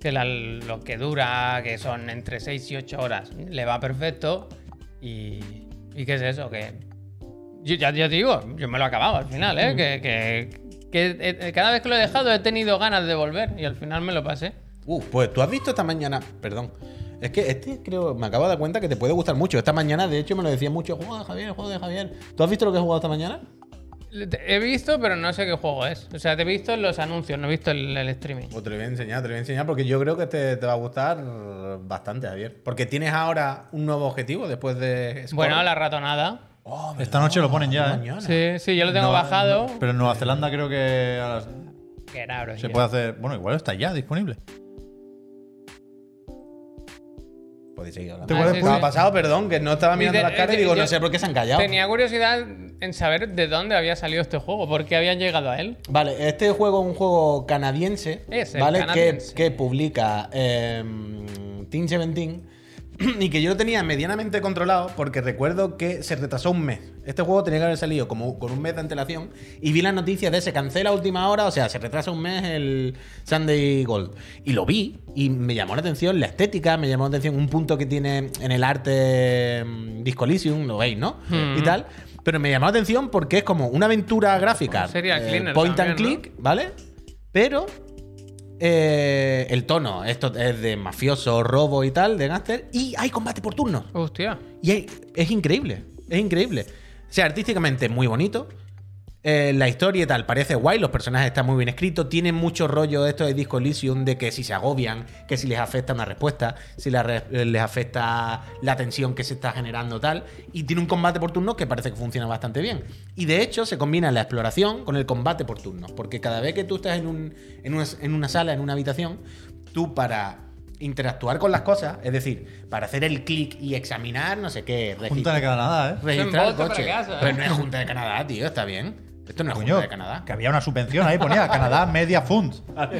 C: Que la- lo que dura, que son entre 6 y 8 horas, le va perfecto. Y, y qué es eso, que. Yo, ya, ya te digo, yo me lo he acabado al final, ¿eh? Que, que- que, eh, cada vez que lo he dejado he tenido ganas de volver y al final me lo pasé.
B: Uh, pues tú has visto esta mañana. Perdón. Es que este creo, me acabo de dar cuenta que te puede gustar mucho. Esta mañana, de hecho, me lo decía mucho. Juega de Javier, juega de Javier. ¿Tú has visto lo que he jugado esta mañana?
C: He visto, pero no sé qué juego es. O sea, te he visto en los anuncios, no he visto el, el streaming.
B: Pues te lo voy a enseñar, te lo voy a enseñar porque yo creo que te, te va a gustar bastante, Javier. Porque tienes ahora un nuevo objetivo después de. Scorn.
C: Bueno, la ratonada.
B: Oh,
A: Esta noche lo ponen ya, ¿eh?
B: mañana.
C: Sí, sí, yo lo tengo bajado.
A: Pero en Nueva Zelanda creo que a las-
C: Qué raro,
A: se
C: tío.
A: puede hacer. Bueno, igual está ya disponible.
B: podéis seguir hablando.
A: ¿Te acuerdas,
C: Ah, sí,
A: Puy?
C: sí.
B: ha pasado, perdón, que no estaba mirando
C: Dice,
B: las cartas y
C: eh,
B: digo,
C: yo-
B: no sé por qué se han callado.
C: Tenía curiosidad en saber de dónde había salido este juego, por qué habían llegado a él.
B: Vale, este juego es un juego canadiense,
C: Ese,
B: ¿vale? Que-
C: canadiense.
B: Que, publica eh, Team 17 y que yo lo tenía medianamente controlado porque recuerdo que se retrasó un mes. Este juego tenía que haber salido como con un mes de antelación y vi las noticias de se cancela a última hora, o sea, se retrasa un mes el Sunday Gold. Y lo vi y me llamó la atención la estética, me llamó la atención un punto que tiene en el arte mm, Disco Elysium, lo veis, ¿no? Y
C: Mm.
B: tal. Pero me llamó la atención porque es como una aventura gráfica.
C: Serial
B: eh,
C: Cleaner
B: point and
C: también, ¿no?
B: click, ¿vale? Pero eh, el tono, esto es de mafioso, robo y tal, de gánster, y hay combate por turnos.
C: Hostia.
B: Y hay- es increíble, es increíble. O sea, artísticamente muy bonito. Eh, la historia y tal parece guay, los personajes están muy bien escritos, tienen mucho rollo esto de Disco Elysium, de que si se agobian, que si les afecta una respuesta, si la re- eh, les afecta la tensión que se está generando tal, y tiene un combate por turnos que parece que funciona bastante bien. Y de hecho se combina la exploración con el combate por turnos, porque cada vez que tú estás en, un- en una, en una sala, en una habitación, tú para interactuar con las cosas, es decir, para hacer el clic y examinar, no sé qué,
A: Punta
B: registrar,
A: de Canadá, ¿eh?
B: registrar el
C: Son votos
B: coche.
C: para casa, ¿eh?
B: Pero no es Junta de Canadá, tío, está bien. Esto no es
A: Coño,
B: Junta de Canadá.
A: que había una subvención ahí, ponía Canadá Media Fund.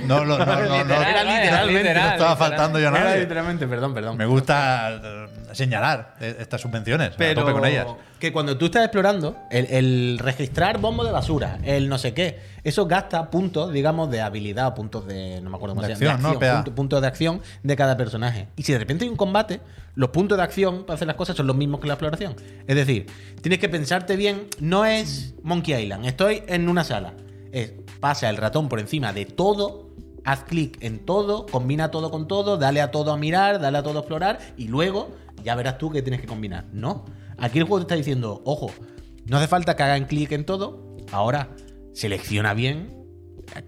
A: No, no, no, no, no, no,
C: Literal,
A: no
C: literalmente.
A: estaba faltando yo a
B: Era
A: nadie.
B: literalmente, perdón, perdón.
A: Me gusta eh, señalar eh, estas subvenciones, pero,
B: pero
A: tope con ellas.
B: que cuando tú estás explorando, el, el registrar bombo de basura, el no sé qué, eso gasta puntos, digamos, de habilidad o puntos de, no me acuerdo cómo
A: De
B: se llama,
A: acción, ¿no? PA.
B: punto- puntos de acción de cada personaje. Y si de repente hay un combate, los puntos de acción para hacer las cosas son los mismos que la exploración. Es decir, tienes que pensarte bien, no es Monkey Island, estoy en una sala. Es, pasa el ratón por encima de todo, haz clic en todo, combina todo con todo, dale a todo a mirar, dale a todo a explorar y luego ya verás tú qué tienes que combinar. No, aquí el juego te está diciendo, ojo, no hace falta que hagan clic en todo, ahora selecciona bien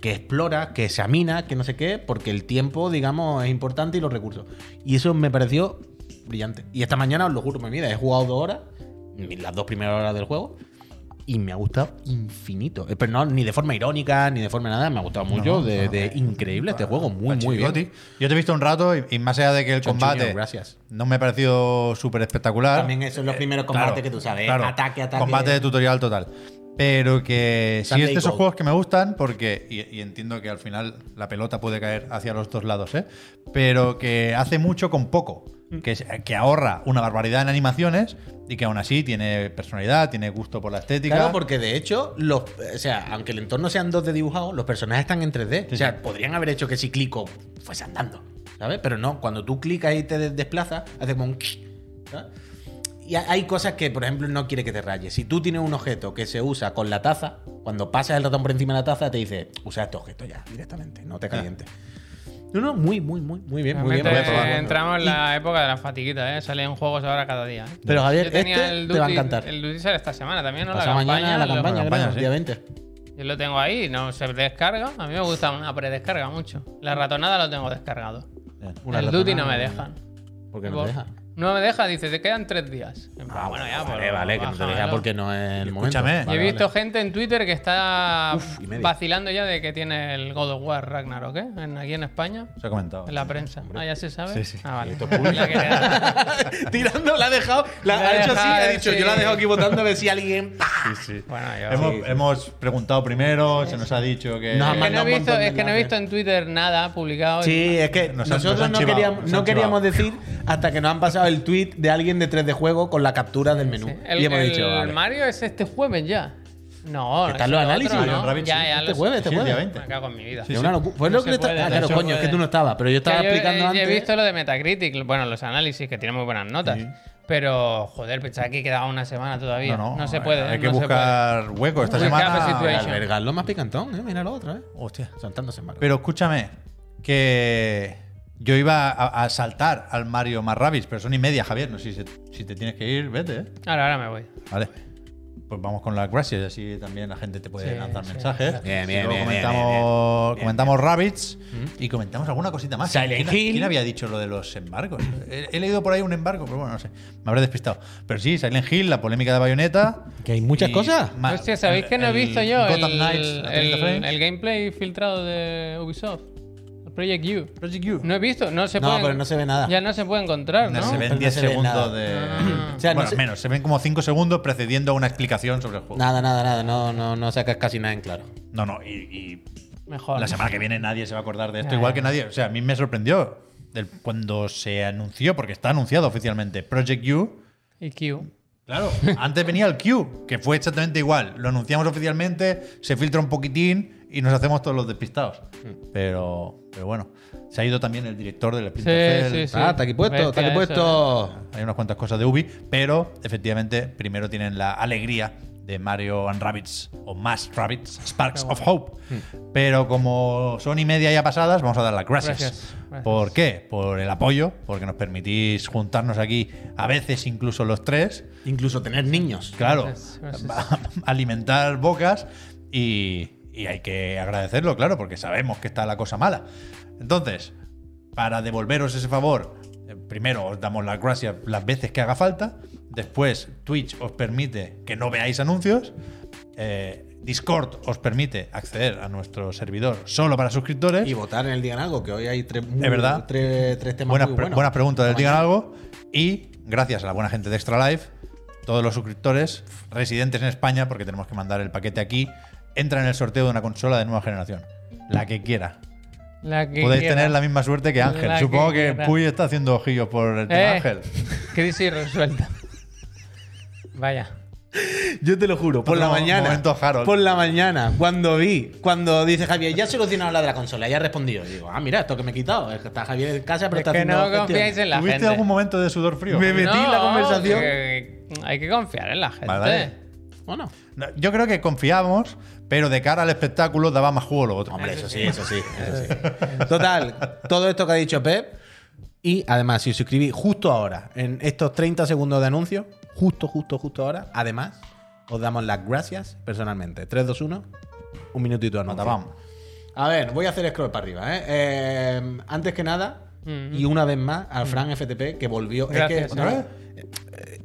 B: que explora, que examina, que no sé qué, porque el tiempo, digamos, es importante y los recursos. Y eso me pareció brillante. Y esta mañana, os lo juro, mi vida, he jugado dos horas, las dos primeras horas del juego, y me ha gustado infinito. Eh, Pero no, ni de forma irónica, ni de forma nada, me ha gustado mucho, de,
A: eh,
B: de increíble este juego, muy, muy bien.
A: Chicote. Yo te he visto un rato y, y más allá de que el
B: Chanchuño,
A: combate
B: gracias.
A: no me ha parecido súper espectacular.
B: También esos son los primeros combates
A: Eh, Claro,
B: que tú sabes,
A: claro.
B: ataque, ataque.
A: Combate de tutorial total. Pero que sí
B: Sunday
A: es de esos
B: Gold.
A: juegos que me gustan porque, y, y entiendo que al final la pelota puede caer hacia los dos lados, ¿eh? pero que hace mucho con poco,
B: Mm.
A: que, es- que ahorra una barbaridad en animaciones y que aún así tiene personalidad, tiene gusto por la estética.
B: Claro, porque de hecho, los, o sea, aunque el entorno sean 2D dibujado, los personajes están en 3D.
A: Sí,
B: o sea,
A: sí.
B: podrían haber hecho que si clico fuese andando, ¿sabes? Pero no, cuando tú clicas y te de- desplazas, hace como un... ¿sabes? Y ha- hay cosas que, por ejemplo, no quiere que te rayes. Si tú tienes un objeto que se usa con la taza, cuando pasas el ratón por encima de la taza, te dice, usa este objeto ya, directamente, no
A: Ah.
B: te calientes. No, no, muy, muy, muy, muy bien, muy bien.
C: Realmente
B: Voy a probar.
C: entramos en la época de las fatiguitas, ¿eh? Salen juegos ahora cada día. ¿eh?
B: Pero Javier,
C: Yo tenía
B: este te va a encantar.
C: El Duty sale esta semana también, ¿no? La
B: Pasado
C: campaña,
B: mañana la
C: lo-
B: campaña,
A: la campaña,
B: creo,
A: sí.
B: día 20.
C: Yo lo tengo ahí, no se descarga. A mí me gusta una predescarga mucho. La ratonada lo tengo descargado.
B: Una
C: el
B: ratonada,
C: Duty no me dejan.
B: Porque no
C: Tipo,
B: te deja.
C: No me deja, dice, te quedan tres días. En plan,
B: Ah,
C: bueno, ya,
B: vale,
C: pues,
B: vale, que no te deja
C: bájamelo.
B: porque no es el momento.
A: Escúchame.
C: Y
B: Vale,
C: he
B: vale.
C: visto gente en Twitter que está
B: Uf, y media.
C: vacilando ya de que tiene el God of War Ragnarok, ¿eh? En- aquí en España,
A: Se ha comentado.
C: en la prensa. Ah, ya se sabe.
A: Sí, sí.
C: Ah, vale. La que era-
B: Tirando, la ha dejado. La,
C: La
B: ha
C: he
B: hecho así,
C: dejado,
B: ha dicho,
C: sí.
B: yo la he dejado aquí votando a ver si alguien. ¡pah!
A: Sí, sí.
C: bueno, yo...
A: Hemos, hemos preguntado primero, se nos ha dicho que.
B: Nos ha
C: Es que no
B: mandado
C: he
B: un
C: visto,
B: montón de
C: es que no he
B: enlaces.
C: visto en Twitter nada publicado.
B: Sí, es que
A: Nos han-
B: nosotros
A: nos han
B: no,
A: chivado,
B: queríamos,
A: nos
B: no
A: han
B: queríamos
A: chivado.
B: decir hasta que nos han pasado el tweet de alguien de 3 de juego con la captura del menú.
C: Sí. El,
B: y hemos
C: el
B: dicho, vale.
C: Mario es este jueves ya. No,
B: Están
C: es
B: los
C: el
B: análisis,
C: otro,
A: Mario
C: ¿no?
A: Rabbit, sí.
C: Ya, ya
B: Este
C: lo sé.
B: jueves, este
A: Sí, el día
B: jueves.
A: 20.
C: Me cago en mi vida.
A: Sí,
B: Es
A: sí.
B: una locura. Pues
C: No
B: lo que
C: se
B: le está-
C: puede,
B: ah,
C: no
B: claro,
C: se
B: coño, es que
C: puede.
B: tú no estabas, pero yo estaba
C: Que yo-
B: explicando
C: eh,
B: antes.
C: Yo he visto lo de Metacritic, bueno, los análisis que tiene muy buenas notas. Pero, joder, pensaba que quedaba una semana todavía. No,
B: eh,
C: se puede.
A: Hay
C: no
A: que
C: se
A: buscar hueco esta
C: Recap
A: semana.
C: situation.
B: Albergarlo más picantón, eh, mira lo otro, eh.
A: Hostia.
B: Saltándose en barro.
A: Pero escúchame, que yo iba a, a saltar al Mario más Rabbids, pero son y media, Javier. No sé si, se- si te tienes que ir, vete. ¿eh?
C: puede. Ahora, ahora me voy.
A: Vale. Pues vamos con las gracias, así también la gente te puede
C: Sí,
A: lanzar
C: sí.
A: mensajes.
B: Bien,
A: Y
B: bien,
A: luego
B: bien, bien,
A: comentamos,
B: bien, bien.
A: comentamos Rabbids
C: Mm.
A: y comentamos alguna cosita más.
B: Silent
A: ¿Quién,
B: Hill.
A: quién había dicho lo de los embargos? He, he leído por ahí un embargo, pero bueno, no sé. Me habré despistado. Pero sí, Silent Hill, la polémica de Bayonetta.
B: Que hay muchas
A: y
B: cosas.
A: ma-
C: Hostia, ¿sabéis
A: el-
C: que no he
A: el
C: visto yo el,
A: Gotham Knights, la
C: el-
A: 30 frames?
C: el gameplay filtrado de Ubisoft? Al Project U.
A: Project U.
C: No he visto, no se
B: No,
C: puede.
B: pero no se ve nada.
C: Ya no se puede encontrar, ¿no?
A: No se
B: Pero
A: ven
B: no
A: 10
B: se ve
A: segundos
B: nada.
A: de.
B: O sea, no
A: bueno,
B: se-
A: menos, se ven como 5 segundos precediendo a una explicación sobre el juego.
B: Nada, nada, nada. No, no, no sacas casi nada en claro.
A: No, no, y, y
C: Mejor.
A: la semana que viene nadie se va a acordar de esto,
C: Oh, Ya,
A: igual
C: ya.
A: que nadie. O sea, a mí me sorprendió del- cuando se anunció, porque está anunciado oficialmente, Project U.
C: Y Q.
A: Claro, antes venía el Q, que fue exactamente igual. Lo anunciamos oficialmente, se filtra un poquitín y nos hacemos todos los despistados. Pero, pero bueno, se ha ido también el director del Splinter Cell.
C: Sí, sí.
B: Ah, está aquí puesto, está
C: Bestia,
B: aquí puesto.
A: Hay unas cuantas cosas de Ubi, pero efectivamente primero tienen la alegría de Mario and Rabbits o más Rabbits, Sparks of Hope. Pero como son y media ya pasadas, vamos a dar las gracias.
C: Gracias, gracias.
A: ¿Por qué? Por el apoyo, porque nos permitís juntarnos aquí a veces incluso los tres.
B: Incluso tener niños.
A: Claro,
C: Gracias, gracias.
A: va- alimentar bocas y, y hay que agradecerlo, claro, porque sabemos que está la cosa mala. Entonces, para devolveros ese favor, eh, primero os damos las gracias las veces que haga falta, después Twitch os permite que no veáis anuncios, eh, Discord os permite acceder a nuestro servidor solo para suscriptores.
B: Y votar en el Digan Algo, que hoy hay tres, muy-
A: Es verdad.
B: tres, tres temas
A: buenas,
B: muy
A: pre-
B: buenos.
A: buenas preguntas del
B: Esta
A: Digan
B: mañana.
A: Algo. Y gracias a la buena gente de Extra Life, todos los suscriptores residentes en España, porque tenemos que mandar el paquete aquí, entra en el sorteo de una consola de nueva generación. La que quiera.
C: La que
A: Podéis
C: quiera.
A: tener la misma suerte que Ángel.
C: La que
A: Supongo que,
C: quiera.
A: Puy está haciendo ojillos por el tema
C: Eh,
A: Ángel.
C: ¿Qué dice resuelta? Vaya.
B: Yo te lo juro, por la
A: Otro
B: mañana.
A: momento Harold.
B: Por la mañana, cuando vi, cuando dice Javier, ya solucionado la de la consola, ya he respondido. Y digo, ah, mira, esto que me he quitado. es que Está Javier en casa, pero
C: Es
B: está
C: que
B: haciendo
C: no confiáis en la
A: ¿Tuviste
C: gente.
A: algún momento de sudor frío?
B: Me metí en la
C: No,
B: conversación.
C: que- hay que confiar en la gente.
A: Vale, vale.
B: Bueno,
A: No, Yo creo que confiamos, pero de cara al espectáculo daba más juego lo otro.
B: hombre, eso sí, eso sí,
A: Eh,
B: eso sí. Total, todo esto que ha dicho Pep. Y además, si os suscribís justo ahora, en estos 30 segundos de anuncio, justo, justo, justo ahora, además, os damos las gracias personalmente. 3, 2, 1, un minutito de anuncio.
A: Matapam.
B: A ver, voy a hacer scroll para arriba, ¿eh? Eh, antes que nada, y una vez más, al Fran FTP, que volvió.
C: Gracias,
B: Pues es que, eh,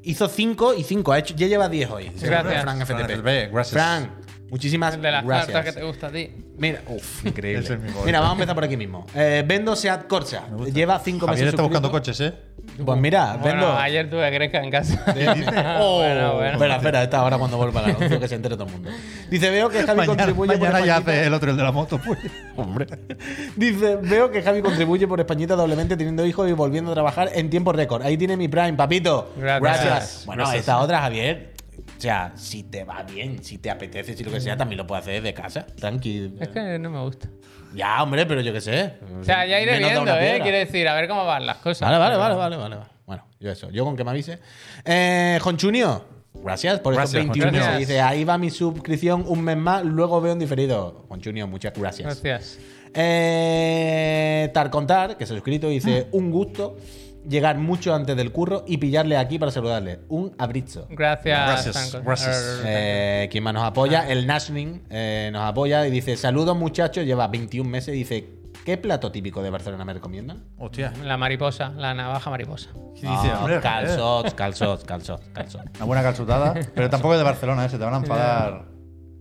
B: Hizo 5 y 5 ha hecho. Ya lleva 10 hoy.
C: Gracias.
B: Fran FTP.
A: Fran FTP, gracias.
B: Fran, muchísimas
C: El de las cartas que
B: gracias.
C: te gusta a ti.
B: Mira, uff, increíble.
A: Ese es mi favorito.
B: Mira, vamos a empezar por aquí mismo. Eh, vendo Seat Corsa. Lleva 5 meses.
A: Javier está buscando
B: suscrito.
A: coches, ¿eh?
B: Pues mira,
C: Bueno,
B: vendo.
C: ayer tuve greca en casa.
B: Oh,
C: bueno, bueno.
B: Espera, espera, esta ahora cuando vuelva la anuncio que se entere todo el mundo. Dice, veo que Javi
A: Mañana,
B: contribuye por
A: mañana ya
B: Españita.
A: hace el otro, el de la moto, pues. Puy.
B: Hombre. Dice, veo que Javi contribuye por Españita doblemente teniendo hijos y volviendo a trabajar en tiempo récord. Ahí tiene mi prime, papito.
C: Gracias.
B: Bueno,
A: Gracias.
B: esta otra, Javier. O sea, si te va bien, si te apetece, si lo que sea, también lo puedes hacer desde casa. Tranqui.
C: Es que no me gusta.
B: Ya, hombre, pero yo qué sé.
C: O sea, ya iré
B: Menos da
C: viendo,
B: una
C: ¿eh?
B: piedra.
C: Quiero decir, a ver cómo van las cosas.
B: Vale, vale, vale, vale, vale. vale. Bueno, yo eso. Yo con que me avise. Eh, Jonchunio, gracias por
A: Gracias,
B: esos 21
C: Jonchunio.
B: Dice, ahí va mi suscripción un mes más, luego veo un diferido. Jonchunio, muchas
C: Gracias.
B: Eh, Tarcontar, que se ha suscrito, dice:
C: Ah.
B: Un gusto llegar mucho antes del curro y pillarle aquí para saludarle. Un abrizo.
C: Gracias.
A: Gracias,
C: Franco.
A: gracias.
B: Eh, quien más nos apoya, el Nashning eh, nos apoya y dice: Saludos muchachos, lleva 21 meses. Dice: ¿Qué plato típico de Barcelona me recomiendan?
A: Hostia.
C: La mariposa, la navaja mariposa.
A: ¿Qué dice,
B: Ah,
A: hombre?
B: calzot, calzot, calzot, calzot.
A: Una buena calzutada. Pero tampoco es de Barcelona, ¿eh? se te van a enfadar.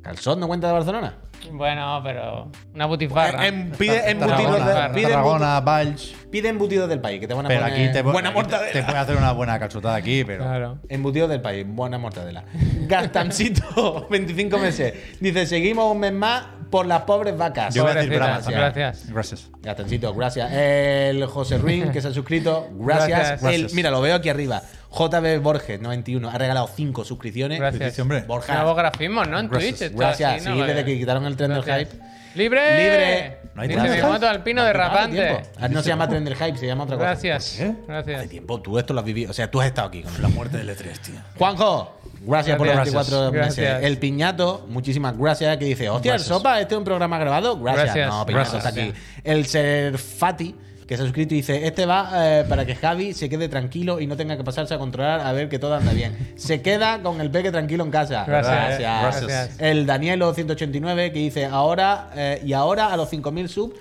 B: ¿Calzot no cuenta de Barcelona?
C: Bueno, pero una butifarra.
B: Eh, em- Eh, pide embutidos
A: Tarragona,
B: de- pide embuti-
A: Tarragona, Valls.
B: pide embutidos del país, que te van a
A: Pero
B: poner
A: aquí te,
B: buena
A: aquí te,
B: mortadela.
A: te puede hacer una buena calzutada aquí, pero.
C: Claro.
B: Embutido del país, buena mortadela. Gastancito, 25 meses. Dice, seguimos un mes más por las pobres vacas.
A: Yo voy a decir
C: Pobrecita,
A: brava también.
C: gracias.
A: Gracias.
B: Gastancito, gracias. El José Ruiz, que se ha suscrito, gracias.
C: Gracias.
B: El-
A: Gracias.
B: mira, lo veo aquí arriba. JB Borges, 91, ha regalado 5 suscripciones.
C: Gracias.
A: Dice, hombre.
B: Borja.
C: Nuevos grafismos, ¿no? En
A: Gracias.
C: Twitch. esto
B: Gracias,
C: así, ¿no?
B: sí,
C: Vale.
B: desde que quitaron el tren del
C: Gracias.
B: hype.
C: ¡Libre!
B: ¡Libre!
A: No hay
C: Dice
A: tren del
C: mi
A: hype.
C: moto alpino
B: Ah,
C: derrapante.
B: tiempo. Ah, No se llama tren del hype, se llama otra cosa. Pues,
C: Gracias.
A: ¿Eh?
C: Gracias.
B: Hace tiempo, tú esto lo has vivido. O sea, tú has estado aquí con la muerte del E3, tío. Juanjo, gracias, por los
C: Gracias.
B: 24 meses.
C: Gracias.
B: El Piñato, muchísimas gracias, que dice, hostia, el
A: Gracias.
B: Sopa, este es un programa grabado. Gracias.
C: Gracias.
B: No, Piñato
C: Gracias.
B: está aquí. El Serfati, que se ha suscrito y dice, este va eh, para que Javi se quede tranquilo y no tenga que pasarse a controlar a ver que todo anda bien. Se queda con el peque tranquilo en casa.
C: Gracias.
A: Gracias.
C: Gracias.
B: El Danielo 189 que dice ahora eh, y ahora a los 5000 sub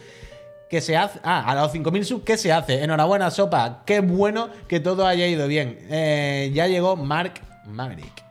B: que se hace ah a los 5000 sub qué se hace enhorabuena sopa qué bueno que todo haya ido bien Eh, ya llegó Mark Maverick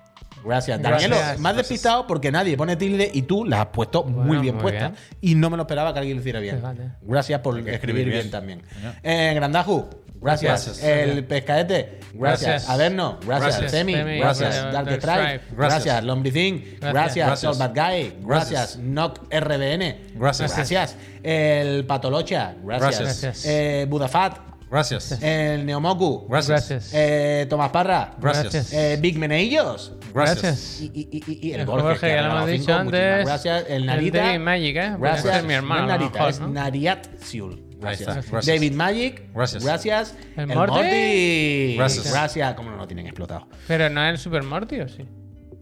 B: Gracias, Danielo.
A: Gracias.
B: Más despistado porque nadie pone tilde y tú las has puesto muy
C: Bueno,
B: bien
C: muy
B: puesta.
C: bien.
B: Y no me lo esperaba que alguien lo hiciera bien.
C: Fíjate.
B: Gracias por escribir, bien,
A: bien.
B: también.
A: Coño.
B: Eh, Grandaju, gracias.
A: Gracias.
B: El Pescaete, gracias.
C: Gracias.
B: Averno, gracias.
A: Gracias.
B: Semi,
C: Semi,
B: gracias.
C: gracias.
B: Dark
C: Dark
B: Strike,
C: Stripe,
B: gracias.
A: gracias.
B: Lombricín,
C: Gracias.
B: gracias.
A: Gracias.
B: Soul Bad Guy, gracias.
A: Gracias.
B: Knock RBN,
A: Gracias.
B: gracias. El Patolocha, gracias.
A: Gracias.
B: Eh, Budafat,
A: Gracias.
B: el Neomoku,
A: Gracias.
B: eh, Tomás Parra,
A: Gracias.
B: eh, Big Meneillos.
A: Gracias.
B: Y, y- y- y el
C: El
B: Borges,
C: Borges,
B: Eh,
C: ya
B: que ha
C: lo
B: regalado
C: hemos dicho
B: cinco,
C: antes.
B: muchísimas Gracias, el
C: El
B: Narita.
C: David Magic, ¿eh? Porque
B: Gracias.
C: es mi hermano,
B: No es
C: a lo
B: Narita,
C: mejor,
B: es
C: ¿no?
B: Nariat Siul. Gracias.
A: Ahí está, gracias.
B: David Magic.
A: Gracias.
B: Gracias.
C: El Morty.
B: Gracias.
A: Gracias.
B: Gracias. ¿Cómo no lo tienen explotado?
C: Pero no es el Super Morty, ¿o sí?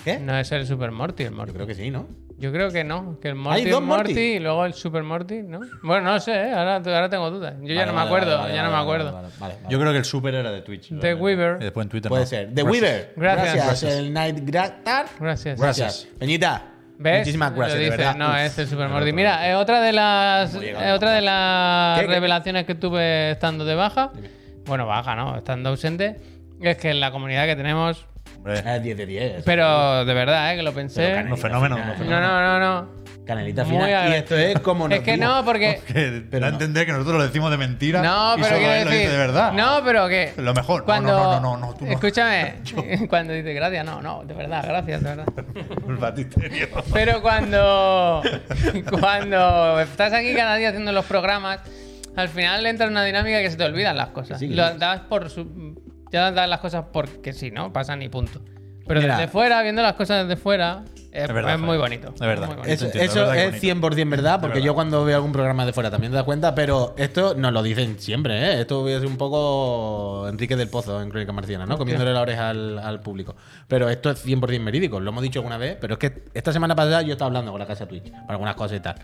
B: ¿Qué?
C: No es el Super Morty, el
B: Yo
C: Morty.
B: creo que sí, ¿no?
C: Yo creo que no, que el Morty,
B: dos
C: es Morty,
B: Morty?
C: y luego el Super Morty, ¿no? Bueno, no sé, ¿eh? ahora, ahora tengo dudas. Yo ya
B: Vale,
C: no me
B: vale,
C: acuerdo,
B: vale,
C: ya no
B: vale,
C: me
B: vale,
C: acuerdo.
B: vale, Eh. vale, vale.
A: Yo creo que el super era de Twitch.
C: The Weaver.
A: Y después en Twitter.
B: Puede
A: no.
B: ser. The
A: Gracias.
B: Weaver.
C: Gracias.
B: El Night Gractar.
C: Gracias.
A: Gracias.
B: Peñita.
C: ¿Ves?
B: Muchísimas
C: Lo
B: gracias, de
C: dice,
B: verdad.
C: No,
B: Uf.
C: es el Super Morty. Mira, eh, otra de las,
B: Hemos llegado
C: eh, otra de las
B: ¿Qué, qué?
C: revelaciones que tuve estando de baja, bueno, baja, ¿no? Estando ausente, es que en la comunidad que tenemos,
A: Hombre,
B: Es 10 de 10.
C: pero de verdad, ¿eh? Que lo pensé.
A: unos fenómenos.
B: No,
A: unos
C: No,
A: fenómenos.
C: no, no, no.
B: Canelita
C: Muy
B: final. Y esto
C: agradecido.
B: es como
C: Es que no, porque...
A: Que
B: Pero
A: da a
B: no.
A: entender que nosotros lo decimos de mentira.
C: No,
A: y
C: pero
A: solo
C: quiero
A: él lo
C: decir.
A: dice de verdad.
C: No, pero que.
A: Lo mejor. No,
C: Cuando,
A: no, no, no, no, tú no.
C: Escúchame. Cuando dice gracias, no, no, de verdad, gracias, de verdad.
A: El batisterio.
C: Pero cuando. cuando estás aquí cada día haciendo los programas, al final entra una dinámica que se te olvidan las cosas.
B: Sí, sí.
C: Lo das por. su- ya das las cosas porque sí, ¿no? Pasan y punto. Pero
B: Mira.
C: desde fuera, viendo las cosas desde fuera, es,
A: Es verdad,
C: es muy
A: Javi.
C: bonito.
A: Es verdad.
C: muy bonito.
B: Eso,
A: entiendo,
B: eso
A: la verdad que
B: es 100% verdad, porque yo cuando veo algún programa de fuera también te das cuenta, pero esto nos lo dicen siempre, ¿eh? Esto hubiese un poco Enrique del Pozo en Crónica Marciana, ¿no? Comiéndole la oreja al, al público. Pero esto es 100% verídico, lo hemos dicho alguna vez, pero es que esta semana pasada yo estaba hablando con la casa Twitch para algunas cosas y tal.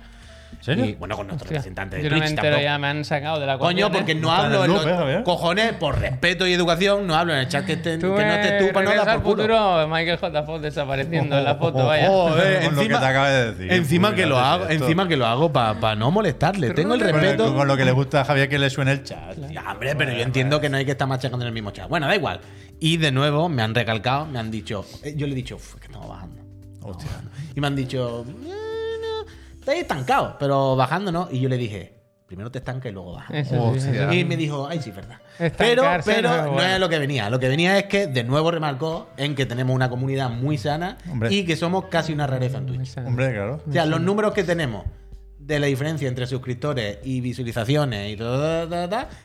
A: ¿En serio?
B: Y, bueno, con nuestro
C: Hostia,
B: representante de
C: yo no me
B: Twitch
C: entero,
B: tampoco.
C: ya me han sacado de la
B: Coño,
C: ecuación, ¿eh?
B: porque no
A: Está en
B: hablo
A: el
B: en
A: loop,
B: los
A: eh, Javier.
B: cojones, por respeto y educación, no hablo en el chat que, estén-
C: Tú
B: que no estés tú para no
C: regresas
B: dar
C: al
B: por culo. Oh,
C: futuro, Michael J. Fox desapareciendo en la foto,
A: Ojo,
C: vaya.
A: eh, Con
B: Con lo
A: lo que te acabas de decir.
B: Encima que lo
A: Fíjate
B: hago,
A: esto.
B: encima que lo hago para no molestarle. Tengo el
A: Con lo-
B: respeto.
A: Con lo que le gusta a Javier que le suene el chat.
B: Ya, hombre, pero yo entiendo que no hay que estar machacando en el mismo chat. Bueno, da igual. Y de nuevo me han recalcado, me han dicho. eh, Yo le he dicho, "Uf, es que estamos bajando. estamos bajando". Y me han dicho, "Eh, no, estáis estancados, pero bajando no. Y yo le dije, primero te estanca y luego bajas.
C: Eso sí,
A: Hostia.
C: eso sí.
B: Y me dijo, ay, sí, es verdad. Pero,
C: Estancarse
B: pero
C: no es
B: no,
C: bueno.
B: es lo que venía. Lo que venía es que de nuevo remarcó en que tenemos una comunidad muy sana
A: Hombre. Mm.
B: y que somos casi una rareza en Twitch.
A: Hombre, claro.
B: O sea, los números que tenemos de la diferencia entre suscriptores y visualizaciones y todo,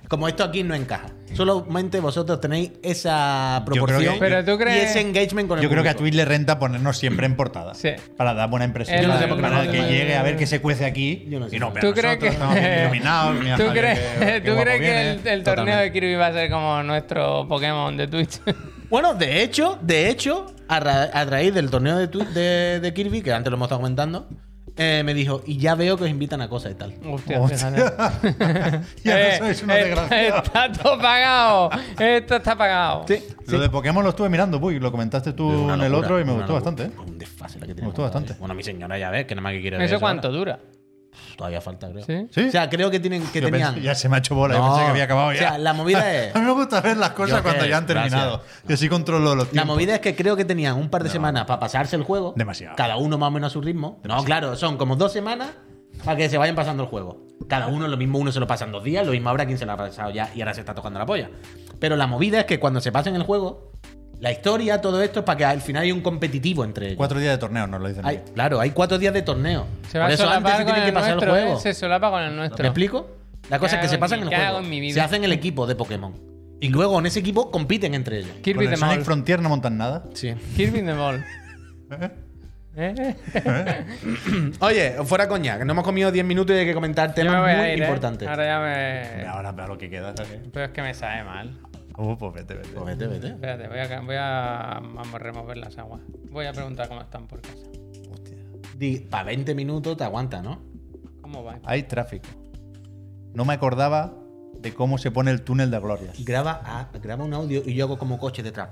B: como esto aquí no encaja. Solamente vosotros tenéis esa
A: Yo creo
B: proporción
A: que-
C: Pero tú
B: y
C: crees-
B: ese engagement con el
A: Yo creo que a
B: público.
A: Twitch le renta ponernos siempre en portada.
C: Sí.
A: Para dar buena impresión.
C: Yo no sé
A: para
C: por qué no
A: que
C: lo-
A: llegue a ver que se cuece aquí.
B: Yo no sé.
A: Y no,
B: ¿Tú
A: pero
C: crees
A: nosotros
C: que-
A: estamos bien iluminados. mira,
C: ¿Tú
A: Javier,
C: crees,
A: qué- qué
C: ¿tú
A: guapo
C: crees que
A: viene.
C: el, el torneo de Kirby va a ser como nuestro Pokémon de Twitch?
B: Bueno, de hecho, de hecho, a, ra- a raíz del torneo de, Twitch de, de Kirby, que antes lo hemos estado comentando, eh, me dijo, y ya veo que os invitan a cosas y tal.
C: Hostia,
A: Hostia.
C: fíjate.
A: Ya no
C: Eh,
A: sois unos
C: está-
A: desgraciados.
C: Está todo pagado. Esto está pagado.
B: Sí.
A: Lo de Pokémon lo estuve mirando, uy, lo comentaste tú
B: Es una
A: en el
B: locura,
A: otro y me
B: una
A: gustó
B: locura.
A: bastante. ¿eh?
B: Un desfase la que
A: Me
B: tenemos.
A: gustó bastante.
B: Bueno, mi señora ya ves, que nada más que quiere ver
C: ¿Eso cuánto
B: ahora.
C: dura?
B: Todavía falta, creo.
C: ¿Sí?
A: ¿Sí?
B: O sea, creo que tienen que
A: Yo
B: tenían.
A: pensé- ya se me ha hecho bola, yo
B: No.
A: pensé que había acabado
B: O
A: ya.
B: sea, la movida es-
A: A mí me gusta ver las cosas
B: Yo
A: cuando
B: que-
A: ya han terminado. Yo sí controlo los
B: La
A: tiempos.
B: movida es que creo que tenían un par de semanas para pasarse el juego.
A: Demasiado.
B: Cada uno más o menos a su ritmo. No, claro, son como dos semanas para que se vayan pasando el juego. Cada uno, lo mismo uno se lo pasa en dos días, lo mismo habrá quien se lo ha pasado ya y ahora se está tocando la polla. Pero la movida es que cuando se pasen el juego, la historia, todo esto es para que al final hay un competitivo entre ellos.
A: Cuatro días de torneo nos lo dicen.
B: Hay- claro, hay cuatro días de torneo.
C: Se va
B: Por
C: a
B: eso antes
C: solapar
B: se
C: con
B: tienen
C: el
B: que pasar
C: nuestro.
B: el juego.
C: ¿eh? Se solapa con el nuestro.
B: ¿Me explico? La cosa es que
C: Cago
B: se
C: en
B: pasan en
C: mi-
B: el juego.
C: cago en mi vida.
B: Se hacen el equipo de Pokémon. Y luego en ese equipo compiten entre ellos.
A: Con
C: Kirby
A: el
C: de
A: Sonic
C: Mall.
A: Frontier no montan nada.
B: Sí.
C: Kirby de Mall. ¿Eh?
B: Oye, fuera coña, que no hemos comido 10 minutos y hay que comentar
C: Yo
B: temas
C: me voy
B: muy
C: a ir, ¿eh?
B: importantes.
C: Ahora ya me.
A: Ahora veo lo que queda. ¿sabes?
C: Pero es que me sabe mal.
A: Uh, pues vete, vete.
B: Pues vete, vete.
C: Espérate, voy a, voy a, vamos a remover las aguas. Voy a preguntar cómo están por casa.
A: Hostia.
B: Para 20 minutos te aguanta, ¿no?
C: ¿Cómo va?
A: Hay tráfico. No me acordaba de cómo se pone el túnel de Gloria.
B: Graba, a- graba un audio y yo hago como coche detrás.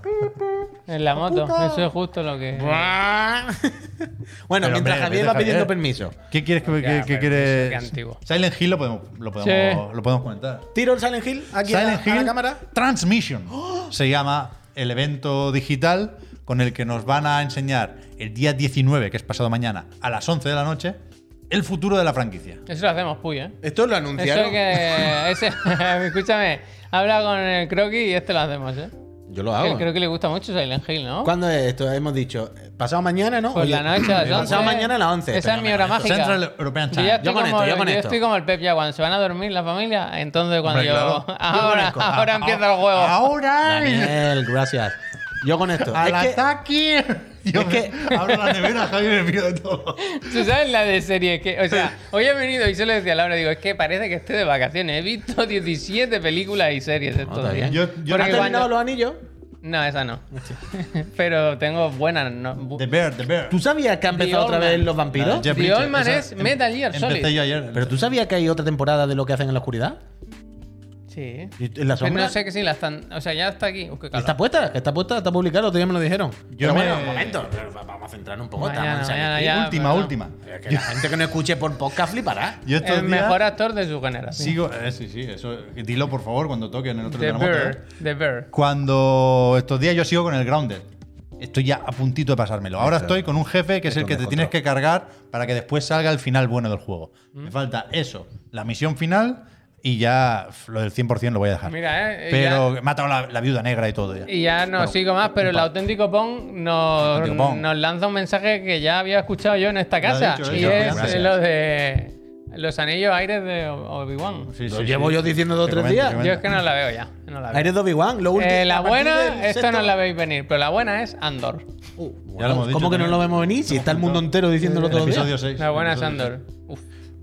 C: En la moto, eso es justo lo que.
B: bueno,
A: Pero,
B: mientras
A: hombre,
B: Javier
A: vete,
B: va pidiendo
A: Javier.
B: permiso.
A: ¿Qué quieres que,
C: Ya,
A: qué- qué
C: pero
A: quieres?
C: qué antiguo.
A: Silent Hill lo podemos, lo podemos,
C: Sí.
A: lo podemos comentar.
B: Tiro el Silent Hill aquí a la- ¡Oh!
A: Silent
B: a,
A: Hill
B: la cámara.
A: Transmission se llama el evento digital con el que nos van a enseñar el día 19, que es pasado mañana, a las 11 de la noche, el futuro de la franquicia.
C: Eso lo hacemos, Puy, ¿eh?
B: Esto lo
C: Eso
B: anunciaron.
C: es que. Ese, escúchame, habla con el Croquis y este lo hacemos, ¿eh?
B: Yo lo
C: Que
B: hago.
C: Creo que le gusta mucho Silent Hill, ¿no?
B: Ah, ¿Cuándo es esto? Hemos dicho, eh, pasado mañana, ¿no?
C: Por
B: Oye,
C: la noche a las 11.
B: Pasado mañana a las 11.
C: Esa es mi hora mágica.
A: Central European
C: Yo
A: Time.
C: ya estoy
B: con
C: como,
B: esto, yo con esto.
C: estoy como el Pep ya. Cuando se van a dormir la familia, entonces cuando
A: Hombre,
C: yo.
A: claro.
C: Ahora,
B: Yo con esto. Ah,
C: ahora empieza el juego.
A: Ah, ¡Ahora!
B: Daniel, gracias. Yo con esto.
A: ¡Al
B: Es que-
A: ataque! Dios,
B: es que-
A: abro la nevera, Javier, me pido de todo.
C: ¿Tú sabes la de serie que.? O sea, hoy he venido y se lo decía a Laura, digo, es que parece que esté de vacaciones. He visto 17 películas y series estos
B: está
C: días.
B: bien.
A: Yo, yo
C: Porque
B: ¿Has terminado
C: cuando-
B: los anillos?
C: No, esa no. Pero tengo buenas. No, bu-
A: The Bear, The Bear.
B: ¿Tú sabías que han
C: The
B: empezado
C: Old
B: otra vez
C: Man.
B: los vampiros?
A: Jeff
C: The
A: Bridges,
C: Old Man
A: esa-
C: es Metal Gear Solid.
A: Empecé yo ayer.
B: Pero tú sabías que hay otra temporada de lo que hacen en la oscuridad?
C: Sí.
B: ¿Y- ¿En la
C: Pero
B: sombra?
C: Pues no sé que sí, la están. O sea, ya está aquí. Uy, qué calor.
B: Está puesta, que está puesta, está publicada, todavía me lo dijeron.
A: Yo
B: Pero
A: me-
B: bueno, un momento, pero va- vamos a centrarnos un poco.
C: Mañana,
B: estamos en
C: mañana,
B: Silent
C: Ah, ya,
A: última,
C: pero no.
A: última.
B: Hill. Es Eh, que la gente que no escuche por podcast flipará.
A: Yo estos
C: El
A: días
C: mejor actor de su generación.
A: sigo. eh, sí, sí, eso. Dilo por favor cuando toquen el otro
C: The
A: de la moto,
C: Bear.
A: ¿eh?
C: The Bear.
A: Cuando estos días yo sigo con el grounded. Estoy ya a puntito de pasármelo. Ahora estoy con un jefe que es el que te tienes que cargar para que después salga el final bueno del juego.
C: Mm.
A: Me falta eso, la misión final y ya pf, lo del 100% lo voy a dejar.
C: Mira, eh,
A: Pero he matado la, la viuda negra y todo ya.
C: Y ya no sigo más, pero el auténtico Pong nos,
A: Auténtico Pong.
C: nos lanza un mensaje que ya había escuchado yo en esta
A: Lo ha
C: casa.
A: dicho, lo ha
C: y
A: dicho.
C: es
A: Gracias.
C: lo de los anillos aires de Obi-Wan.
A: Sí,
B: Lo
A: sí,
B: llevo
A: sí.
B: yo diciendo dos o
A: Te
B: tres
A: comento,
B: días.
A: te
C: Yo
A: comento.
C: es que no la veo ya. no la veo.
B: Eres Dobby Wan, lo último.
C: Eh, la
B: a partir del
C: buena, esta
B: sexto-
C: no la veis venir, pero la buena es Andor.
B: Uh,
A: Ya lo hemos dicho
B: ¿Cómo que no
A: también.
B: lo vemos venir? Si está el mundo entero diciéndolo
A: El
B: todo el
A: episodio
B: día.
A: 6.
C: La buena es Andor. Uf.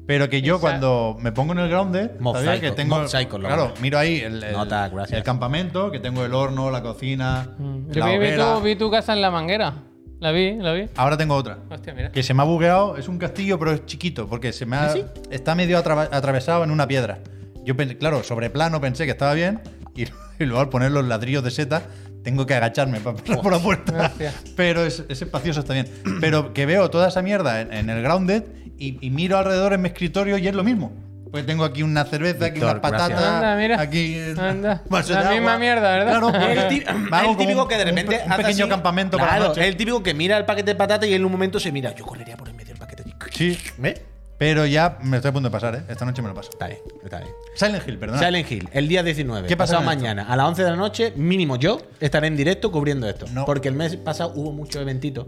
A: Pero que yo
C: Esa-
A: cuando me pongo en el ground,
B: Mob
A: ¿sabes? que
B: Psycho,
A: tengo
B: Mob Psycho, lo
A: claro,
B: llaman.
A: miro ahí el, el-
B: Nota, gracias.
A: el campamento, que tengo el horno, la cocina,
C: Mm. Yo
A: la
C: vi, vi
A: hoguera.
C: tu, vi tu casa en la manguera. La vi, la vi.
A: Ahora tengo otra.
C: Hostia, mira.
A: Que se me ha bugueado, es un castillo, pero es chiquito, porque se me ha, está medio atra- atravesado en una piedra. Yo pensé, claro, sobre plano pensé que estaba bien, y, y luego al poner los ladrillos de seta, tengo que agacharme para entrar por la puerta.
C: Hostia.
A: Pero es, es espacioso, está bien. Pero que veo toda esa mierda en, en el grounded y, y miro alrededor en mi escritorio y es lo mismo. Pues tengo aquí una cerveza, aquí
B: Víctor,
A: unas patatas,
C: gracias. Anda, mira.
A: aquí eh,
C: Anda.
A: vaso
C: La
A: de
C: misma mierda, ¿verdad?
A: Claro, porque
B: El tí-
A: me hago
B: el
A: como
B: típico
A: un-
B: que de
A: un
B: repente
A: pe- un,
B: hace
A: pequeño
B: así.
A: campamento
B: claro,
A: para la noche.
B: es el típico que mira el paquete de patata y en un momento se mira, yo correría por el medio del paquete.
A: Sí,
B: ¿Ves?
A: pero ya me estoy a punto de pasar, ¿eh? Esta noche me lo paso.
B: Está bien, está bien.
A: Silent Hill, perdón.
B: Silent Hill, el día 19.
A: Ah. ¿Qué
B: ¿Qué
A: pasa
B: pasado
A: con esto?
B: mañana? A las 11 de la noche, mínimo yo, estaré en directo cubriendo esto.
A: No.
B: Porque el mes pasado hubo muchos eventitos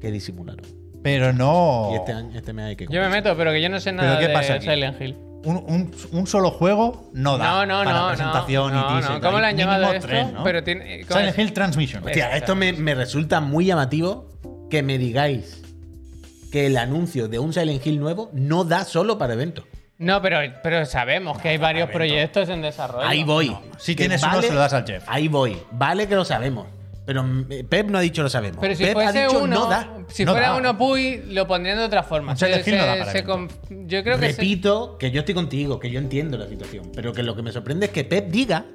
B: que disimularon.
A: Pero no.
B: Y este, año- este mes hay que
C: Yo me meto, pero que yo no sé
A: ¿Pero
C: nada
A: qué
C: de
A: pasa aquí?
C: Silent Hill.
A: Un, un- un solo juego no da.
C: No, no,
A: para
C: no, no.
A: Presentación y
C: No,
A: teaser.
C: no. ¿Cómo le han
A: Mínimo
C: llamado esto?
A: tres, ¿no?
C: Pero tiene- Eh, ¿cómo
A: Silent
C: es?
A: Hill Transmission.
C: Pero-
B: Hostia, esto me, me resulta muy llamativo que me digáis que el anuncio de un Silent Hill nuevo no da solo para eventos.
C: No, pero, pero sabemos que hay varios proyectos en desarrollo.
B: Ahí voy.
A: Si
B: Que
A: tienes uno, se lo das al chef.
B: Ahí voy. Vale que lo sabemos. Pero mm, Pep no ha dicho lo sabemos.
C: Pero si
B: Pep ha
C: fuese
B: dicho
C: uno,
B: no da.
C: si
A: No
C: fuera
A: da.
C: uno Puy, lo pondrían de otra forma.
A: Un Silent Hill no da para evento.
C: conf- yo creo que se-
B: Repito que yo estoy contigo, que yo entiendo la situación, pero que lo que me sorprende es que Pep diga,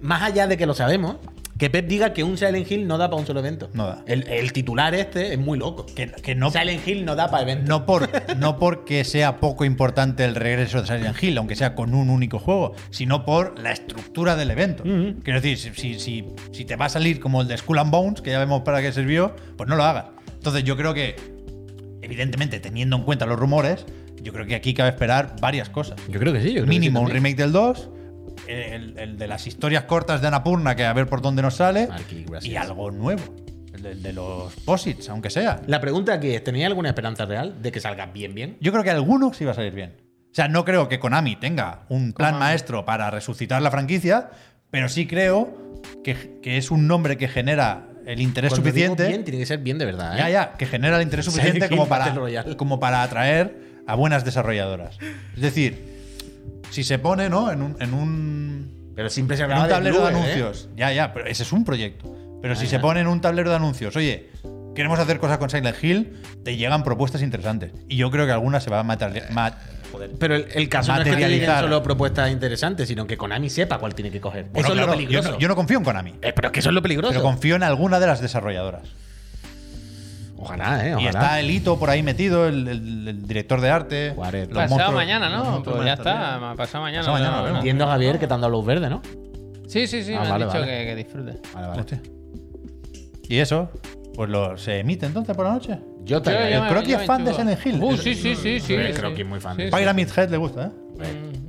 B: más allá de que lo sabemos, que Pep diga que un Silent Hill no da para un solo evento.
A: No da.
C: Eh,
B: El, el titular este es muy loco.
A: Que, que no,
B: Silent Hill no da para eventos.
A: no, por, no porque sea poco importante el regreso de Silent Hill, aunque sea con un único juego, sino por la estructura del evento. Quiero decir, si- si, si, si te va a salir como el de Skull and Bones, que ya vemos para qué sirvió, pues no lo hagas. Entonces yo creo que, evidentemente, teniendo en cuenta los rumores, yo creo que aquí cabe esperar varias cosas.
B: Yo creo que sí.
A: mínimo un remake del 2, el, el de las historias cortas de Anapurna, que a ver por dónde nos sale,
B: Marquis, gracias.
A: y algo nuevo, el de, el de los posits, aunque sea.
B: La pregunta aquí es, ¿tenéis alguna esperanza real de que salga bien bien?
A: Yo creo que alguno sí va a salir bien. O sea, no creo que Konami tenga un plan maestro para resucitar la franquicia, pero sí creo que, que es un nombre que genera el interés
B: Cuando digo
A: suficiente.
B: bien, tiene que ser bien de verdad. ¿eh?
A: Ya, ya, que genera el interés
B: Silent
A: suficiente
B: Hill
A: como para,
B: Battle Royale.
A: como para atraer a buenas desarrolladoras. Es decir, si se pone, ¿no? En un- en un
B: Pero siempre se
A: en
B: hablaba
A: un
B: de
A: tablero de,
B: Blue, ¿eh?
A: anuncios. Ya, ya, pero ese es un proyecto. Pero si
B: Ah,
A: se
B: ya.
A: pone en un tablero de anuncios, oye, queremos hacer cosas con Silent Hill, te llegan propuestas interesantes. Y yo creo que alguna se va a matar. ma-
B: Pero el, el caso no es que te lleguen
A: Materializar.
B: solo propuestas interesantes, sino que Konami sepa cuál tiene que coger.
A: Bueno,
B: eso es
A: claro,
B: lo peligroso.
A: Yo no, yo no confío en Konami,
B: Eh, pero es que eso es lo peligroso.
A: pero confío en alguna de las desarrolladoras.
B: Ojalá, eh. Ojalá.
A: Y está el hito por ahí metido, el, el- el director de arte.
B: Juárez.
A: los
C: Pasado
A: monstruos-
C: mañana,
A: los
C: ¿no?
A: monstruos
C: Pues
A: van a
C: ya
A: estar
C: está,
A: bien.
C: ma- pasado mañana.
A: Pasado mañana,
C: no-
A: lo
C: no-
A: vemos.
B: Entiendo, Javier, que te han dado luz verde, ¿no?
C: Sí, sí, sí,
B: Ah,
C: me
B: vale,
C: han dicho
B: vale.
C: que, que disfrutes.
B: Vale,
A: Hostia. y eso, pues lo, se emite entonces por la noche.
B: Yo
C: Yo-
B: también.
C: yo
A: el
C: me-
A: croquis
C: yo
A: es
C: me
A: fan de
C: enchugo.
A: Silent Hill.
C: Uh,
A: Eso-
C: sí, sí, sí, sí.
B: Homid
C: sí.
B: Croquis muy fan de
C: Sí, sí.
A: Pyramid Head le gusta, ¿eh?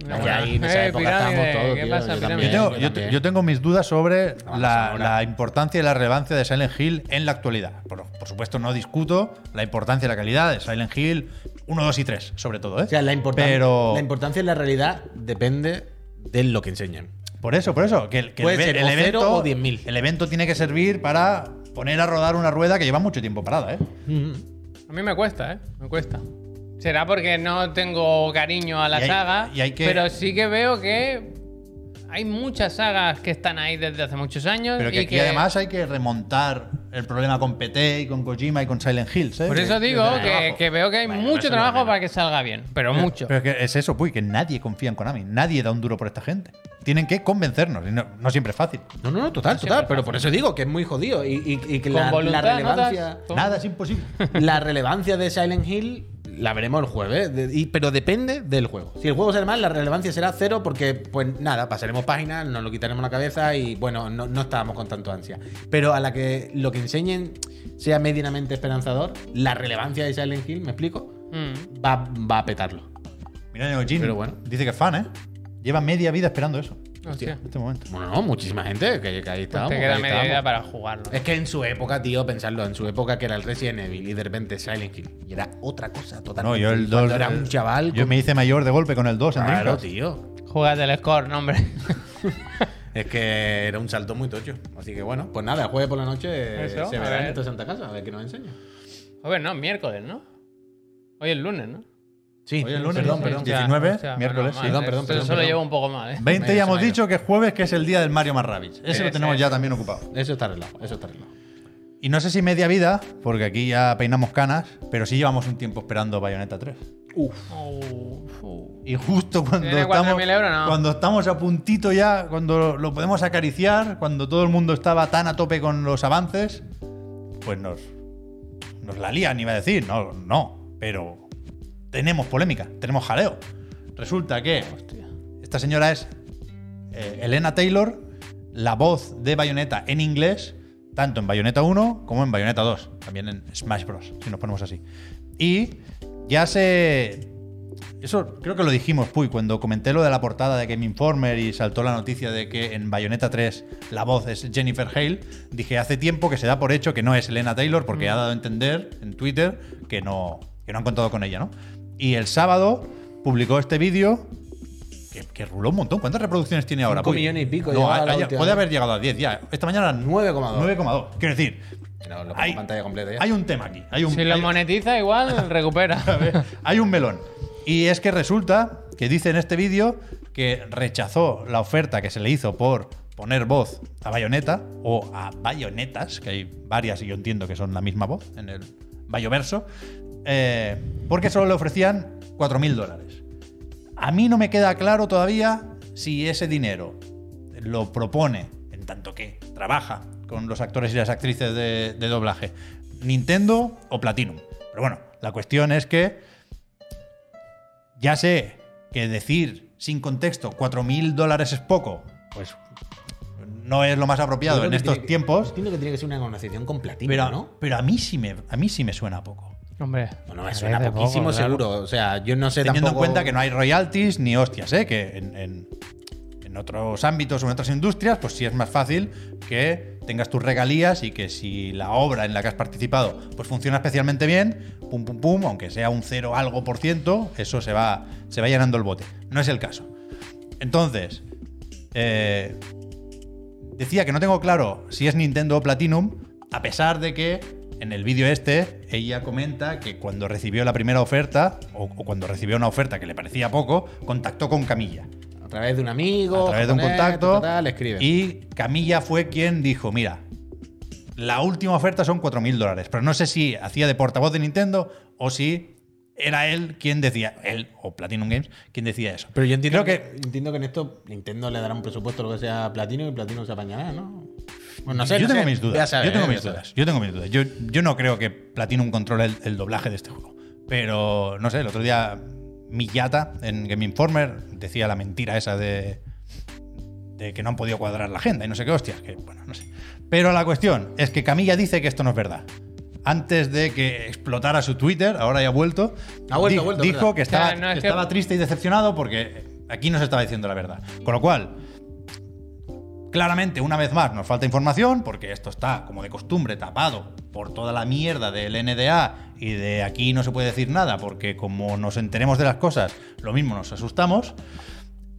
B: No, ya ahí en esa
C: Eh,
B: época
C: pirámide,
B: estábamos todos,
C: ¿qué
B: tío,
C: pasa,
B: yo
A: Yo
C: pirámide?
B: también.
A: tengo, yo,
B: también.
A: yo tengo mis dudas sobre
B: Vamos
A: la,
B: ahora.
A: la importancia y la relevancia de Silent Hill en la actualidad. Por, por supuesto, no discuto la importancia y la calidad de Silent Hill 1, 2 y 3, sobre todo. ¿eh?
B: O sea, la, importan-
A: Pero
B: la importancia en la realidad depende de lo que enseñan.
A: por eso, por eso, que, el- que el,
B: Puede
A: eve-
B: ser
A: el
B: o cero
A: evento,
B: o 10.000.
A: el evento tiene que servir para poner a rodar una rueda que lleva mucho tiempo parada. ¿eh?
C: A mí me cuesta, ¿eh? Me cuesta. Será porque no tengo cariño a la
A: Y hay-
C: saga,
A: y hay que-
C: pero sí que veo que hay muchas sagas que están ahí desde hace muchos años.
A: Pero que
C: y
A: aquí además hay que remontar el problema con PT y con Kojima y con Silent Hill. ¿eh?
C: Por eso
A: Desde-
C: digo
A: desde
C: que,
A: abajo.
C: que veo que hay mucho trabajo para que salga bien, pero mucho.
A: Pero es que es eso, puy, que nadie confía en Konami, nadie da un duro por esta gente. Tienen que convencernos, y no, no siempre es fácil.
B: No, no, no, total, total. Pero por eso digo que es muy jodido. Y, y- y que la, la relevancia.
C: ¿notas? Con-
A: Nada es imposible.
B: la relevancia de Silent Hill la veremos el jueves, de- y- pero depende del juego. Si el juego sale mal, la relevancia será cero porque, pues nada, pasaremos páginas, nos lo quitaremos la cabeza y, bueno, no, no estábamos con tanto ansia. Pero a la que lo que enseñen sea medianamente esperanzador, la relevancia de Silent Hill, ¿me explico?
C: Mm.
B: Va, va a petarlo.
A: Mira, Neo Jin,
B: Pero bueno.
A: dice que es fan, ¿eh? Lleva media vida esperando eso,
C: Hostia.
A: en este momento.
B: Bueno, no, muchísima gente, que, que ahí estábamos.
C: Pues Te
A: eh,
B: que
C: queda
B: ahí
C: media
B: estábamos.
C: vida para jugarlo.
B: Es que en su época, tío, pensarlo, en su época que era el Resident Evil y de repente Silent Hill. Y era otra cosa
A: No,
B: totalmente.
A: yo el
B: Cuando
A: 2.
B: era un chaval.
A: Yo
B: con-
A: me hice mayor de golpe con el 2 en
B: Claro,
A: Dreamcast.
B: tío.
C: Jugate el score, no, hombre.
B: Es que era un salto muy tocho. Así que bueno, pues nada, el jueves por la noche eh,
C: Eso,
B: se
C: a
B: verá en
C: ver.
B: esta Santa Casa, a ver qué nos enseña.
C: Joder, no, miércoles, ¿no? Hoy es lunes, ¿no?
B: Sí,
A: Hoy es lunes,
B: perdón,
A: sí,
B: perdón.
A: sí. 19, miércoles,
C: menos
A: sí.
C: mal, eh.
B: Perdón, perdón,
C: Eso
B: perdón,
C: Solo
B: perdón.
C: llevo un poco mal, ¿eh?
A: 20 ya hemos
B: Medio
A: dicho que jueves, que es el día del Mario más Rabbids. Ese lo
C: Ese,
A: tenemos ya
C: ese.
A: también ocupado.
B: Eso está arreglado, eso está arreglado.
A: Y no sé si media vida, porque aquí ya peinamos canas, pero sí llevamos un tiempo esperando Bayonetta 3.
C: Oh, fu.
A: Y justo cuando
C: Tiene
A: estamos,
C: 4.000 euros, ¿no?
A: cuando estamos a puntito ya, cuando lo podemos acariciar, cuando todo el mundo estaba tan a tope con los avances, pues nos, nos la lían, iba a decir. No, no, pero tenemos polémica, tenemos jaleo. Resulta que
C: Hostia.
A: esta señora es eh, Elena Taylor, la voz de Bayonetta en inglés, tanto en Bayonetta 1 como en Bayonetta 2, también en Smash Bros, si nos ponemos así. Y ya se... Eso creo que lo dijimos, Puy, cuando comenté lo de la portada de Game Informer y saltó la noticia de que en Bayonetta 3 la voz es Jennifer Hale, dije hace tiempo que se da por hecho que no es Elena Taylor
B: Mm.
A: porque ha dado a entender en Twitter que no, que no han contado con ella, ¿no? Y el sábado publicó este vídeo que, que ruló un montón. ¿Cuántas reproducciones tiene ahora?
B: Cinco
A: Puy?
B: millones y pico,
A: No,
B: llegaba
A: ha-
B: la
A: ha-
B: última
A: puede
B: vez.
A: haber llegado a 10 ya. Esta mañana
B: 9,2.
A: 9,2. Quiero decir,
B: No, lo pongo
A: hay,
B: en pantalla completa ya.
A: hay un tema aquí. Hay un,
C: Si lo
A: hay-
C: monetiza, igual recupera.
A: hay un melón. Y es que resulta que dice en este vídeo que rechazó la oferta que se le hizo por poner voz a Bayonetta o a Bayonetas, que hay varias y yo entiendo que son la misma voz en el Bayoverso, eh, porque solo le ofrecían 4.000 dólares. A mí no me queda claro todavía si ese dinero lo propone, en tanto que trabaja con los actores y las actrices de, de doblaje, Nintendo o Platinum. Pero bueno, la cuestión es que ya sé que decir sin contexto 4.000 dólares es poco, pues no es lo más
B: Yo
A: apropiado
B: creo
A: en
B: que
A: estos
B: tiene que-
A: tiempos,
B: Entiendo que tiene que ser una negociación con platino,
A: pero,
B: ¿no?
A: pero a, mí sí me, a mí sí me suena a poco.
C: Hombre.
B: No, no, me suena
C: parece
B: poquísimo
C: poco, claro.
B: seguro. O sea, yo no sé
A: teniendo
B: tampoco.
A: en cuenta que no hay royalties ni hostias, ¿eh? que en, en- en otros ámbitos o en otras industrias, pues sí es más fácil que tengas tus regalías y que si la obra en la que has participado pues funciona especialmente bien, pum pum pum, aunque sea un cero algo por ciento, eso se va, se va llenando el bote. No es el caso. Entonces, eh, decía que no tengo claro si es Nintendo o Platinum, a pesar de que en el vídeo este ella comenta que cuando recibió la primera oferta, o, o cuando recibió una oferta que le parecía poco, contactó con Camilla.
B: A través de un amigo.
A: A través de un
B: japonés,
A: contacto.
B: ta, ta, ta, le escribe.
A: Y Camilla fue quien dijo, mira, la última oferta son 4.000 dólares, pero no sé si hacía de portavoz de Nintendo o si era él quien decía, él o Platinum Games, quien decía eso.
B: Pero yo entiendo
A: Creo
B: que, entiendo que en esto Nintendo le dará un presupuesto lo que sea a Platino y Platino se apañará, ¿no? Bueno, no sé.
A: yo
B: no
A: tengo
B: sé.
A: mis
B: Ya
A: dudas.
B: sabes,
A: yo tengo
B: ¿eh?
A: mis
B: Ya sabes.
A: dudas. Yo tengo mis dudas. Yo, yo no creo que Platinum controle el, el doblaje de este juego. Pero no sé, el otro día Miyata en Game Informer decía la mentira esa de de que no han podido cuadrar la agenda y no sé qué hostias, que bueno, no sé. Pero la cuestión es que Camilla dice que esto no es verdad. Antes de que explotara su Twitter, ahora ya ha vuelto,
B: Ha vuelto,
A: di-
B: ha vuelto,
A: dijo
B: ¿verdad?
A: que estaba,
C: Claro, no, es
A: que
C: que-
A: estaba triste y decepcionado porque aquí no se estaba diciendo la verdad. Con lo cual, Claramente, una vez más, nos falta información porque esto está, como de costumbre, tapado por toda la mierda del NDA y de aquí no se puede decir nada porque como nos enteremos de las cosas, lo mismo nos asustamos.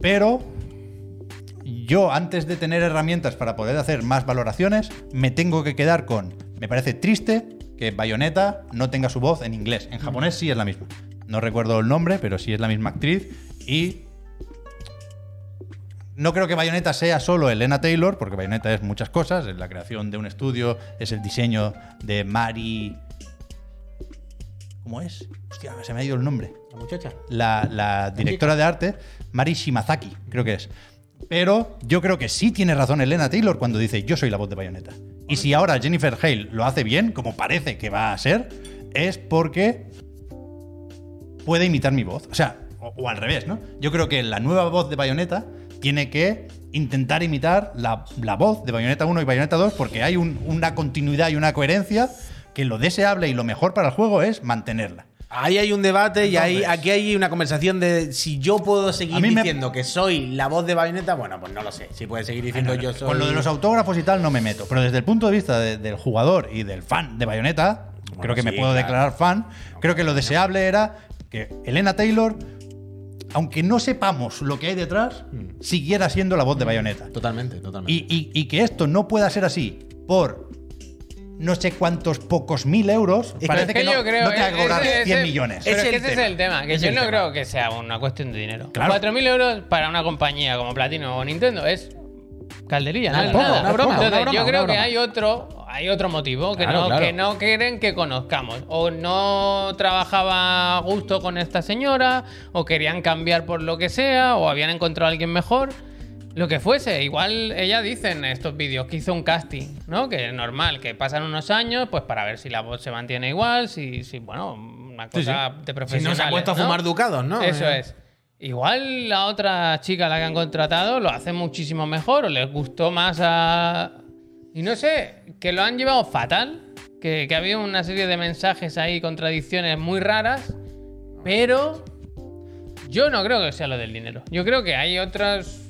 A: Pero yo, antes de tener herramientas para poder hacer más valoraciones, me tengo que quedar con, me parece triste que Bayonetta no tenga su voz en inglés. En japonés sí es la misma. No recuerdo el nombre, pero sí es la misma actriz y no creo que Bayonetta sea solo Elena Taylor, porque Bayonetta es muchas cosas, es la creación de un estudio, es el diseño de Mari... ¿Cómo es? Hostia, se me ha ido el nombre.
B: La muchacha.
A: La, la directora de arte, Mari Shimazaki, creo que es. Pero yo creo que sí tiene razón Elena Taylor cuando dice yo soy la voz de Bayonetta. Y si ahora Jennifer Hale lo hace bien, como parece que va a ser, es porque puede imitar mi voz. O sea, o, o al revés, ¿no? Yo creo que la nueva voz de Bayonetta tiene que intentar imitar la, la voz de Bayonetta 1 y Bayonetta 2 porque hay un- una continuidad y una coherencia que lo deseable y lo mejor para el juego es mantenerla.
B: Ahí hay un debate y ahí,
A: Entonces-
B: aquí hay una conversación de si yo puedo
A: A
B: seguir
A: mí me-
B: diciendo que soy la voz de Bayonetta, bueno, pues no lo sé. Si puedes seguir diciendo
A: Ah,
B: yo soy.
A: Con lo de los autógrafos y tal no me meto, pero desde el punto de vista de- del jugador y del fan de Bayonetta,
B: Bueno,
A: creo que me
B: sí,
A: puedo
B: claro.
A: declarar fan, creo que lo deseable era que Elena Taylor, aunque no sepamos lo que hay detrás,
B: Mm.
A: siguiera siendo la voz de Bayonetta.
B: Totalmente, totalmente.
A: Y, y- y que esto no pueda ser así por no sé cuántos pocos mil euros,
B: que-
A: parece
C: Es
A: que, no,
C: yo creo,
A: no te va a
C: ese-
A: cobrar
C: ese-
A: 100 millones.
C: Pero
B: Es
C: es, que
B: el
C: ese
B: tema.
C: es el tema, que
B: Es
C: yo
B: el
C: no
B: tema.
C: creo que sea una cuestión de dinero.
A: Claro.
C: 4.000 euros para una compañía como Platino o Nintendo es calderilla,
B: Nada,
C: no es
B: poco,
C: nada.
B: una broma, una
C: Entonces,
B: broma,
C: yo
B: una
C: creo que
B: broma.
C: hay otro, hay otro motivo que,
B: Claro,
C: no,
B: claro.
C: que no quieren que conozcamos. O no trabajaba a gusto con esta señora, o querían cambiar por lo que sea, o habían encontrado a alguien mejor. Lo que fuese, igual ella dice en estos vídeos que hizo un casting, ¿no? Que es normal, que pasan unos años, pues para ver si la voz se mantiene igual, si, si bueno, una cosa de
B: si
C: profesionales.
B: no se ha puesto a
C: ¿no?
B: fumar ducados, ¿no?
C: Eso
B: Eh,
C: es. Igual la otra chica a la que han contratado lo hace muchísimo mejor o les gustó más a... Y no sé, que lo han llevado fatal, que, que ha habido una serie de mensajes ahí, contradicciones muy raras, pero yo no creo que sea lo del dinero. Yo creo que hay otras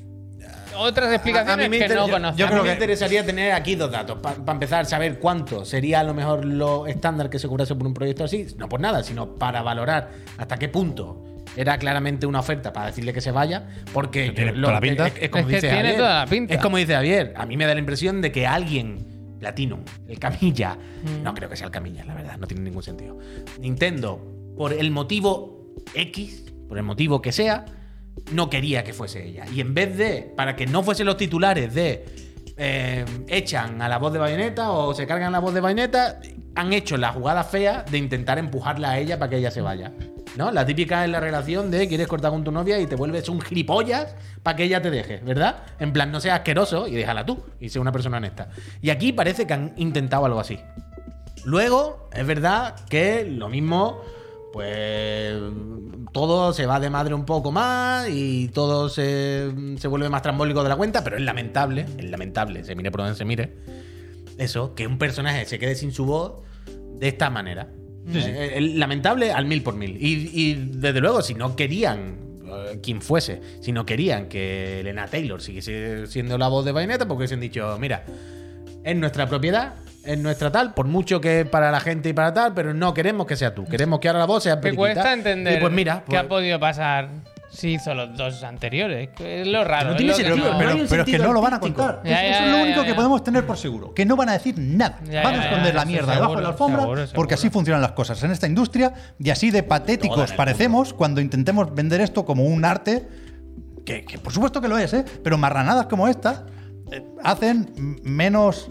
C: otras explicaciones que
B: inter-
C: no
B: yo-
C: conozco.
B: yo creo que me interesaría tener aquí dos datos. Para empezar, saber cuánto sería a lo mejor lo estándar que se cobrase por un proyecto así. No por nada, sino para valorar hasta qué punto era claramente una oferta para decirle que se vaya. Porque
A: tiene
B: yo-
A: toda la pinta.
B: Es, es como
C: Es que
B: dice
C: tiene
B: Javier.
C: toda la pinta.
B: Es como dice Javier. A mí me da la impresión de que alguien. Platinum, el Camilla. No creo que sea el Camilla, la verdad, no tiene ningún sentido. Nintendo, por el motivo X, por el motivo que sea, no quería que fuese ella. Y en vez de, para que no fuesen los titulares de eh, echan a la voz de Bayonetta o se cargan la voz de Bayonetta, han hecho la jugada fea de intentar empujarla a ella para que ella se vaya. ¿No? La típica es la relación de quieres cortar con tu novia y te vuelves un gilipollas para que ella te deje, ¿verdad? En plan, no seas asqueroso y déjala tú y sea una persona honesta. Y aquí parece que han intentado algo así. Luego, es verdad que lo mismo, pues todo se va de madre un poco más y todo se, se vuelve más trambólico de la cuenta, pero es lamentable, es lamentable, se mire por donde se mire, eso, que un personaje se quede sin su voz de esta manera. Eh, eh, lamentable al mil por mil. Y, y desde luego, si no querían eh, quien fuese, si no querían que Elena Taylor siguiese siendo la voz de Bayonetta, porque se han dicho, mira, es nuestra propiedad, es nuestra tal, por mucho que para la gente y para tal, pero no queremos que sea tú. Queremos que ahora la voz sea
C: Que
B: periquita.
C: cuesta entender
B: Y pues mira,
C: qué
B: pues-
C: ha podido pasar si hizo los dos anteriores. que Es lo raro.
B: no
C: es
B: tiene
C: lo que
B: sentido,
C: no-
A: Pero,
B: hay un
A: pero es que
B: sentido
A: no lo van a
B: artístico.
A: contar.
C: Ya,
A: Eso-
C: ya,
A: eso es lo
C: ya,
A: único
C: ya,
A: que
C: ya.
A: podemos tener por seguro. Que no van a decir nada.
C: Ya,
A: van a
C: ya, ya,
A: esconder la
C: eso
A: mierda debajo de la
C: seguro,
A: alfombra
C: seguro,
A: porque
C: seguro.
A: así funcionan las cosas en esta industria y así de
B: Toda
A: patéticos
B: la
A: parecemos cuando intentemos vender esto como un arte, que, que por supuesto que lo es, ¿eh? pero marranadas como esta eh, hacen m- menos...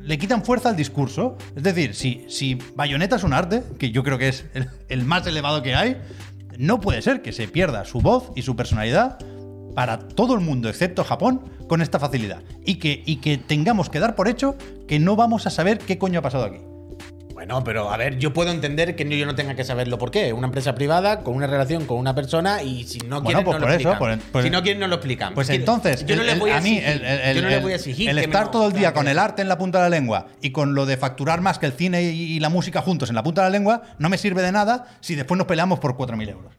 A: Le quitan fuerza al discurso. Es decir, si, si Bayonetta es un arte, que yo creo que es el, el más elevado que hay, no puede ser que se pierda su voz y su personalidad para todo el mundo, excepto Japón, con esta facilidad. Y que, y que tengamos que dar por hecho que no vamos a saber qué coño ha pasado aquí.
B: Bueno, pero a ver, yo puedo entender que no- yo no tenga que saberlo. ¿Por qué? Una empresa privada con una relación con una persona y si no
A: Bueno,
B: quieren,
A: pues por
B: no lo
A: eso,
B: explican.
A: por- por-
B: si no quieren, no lo explican.
A: Pues
B: Es que
A: entonces,
B: yo no
A: el-
B: les
A: el-
B: voy a,
A: a mí,
B: exigir,
A: el, el-
B: yo no les
A: el-
B: voy a exigir
A: el
B: que me
A: estar
B: lo-
A: todo el día
B: claro,
A: con
B: que-
A: el arte en la punta de la lengua y con lo de facturar más que el cine y, y la música juntos en la punta de la lengua no me sirve de nada si después nos peleamos por 4.000 euros.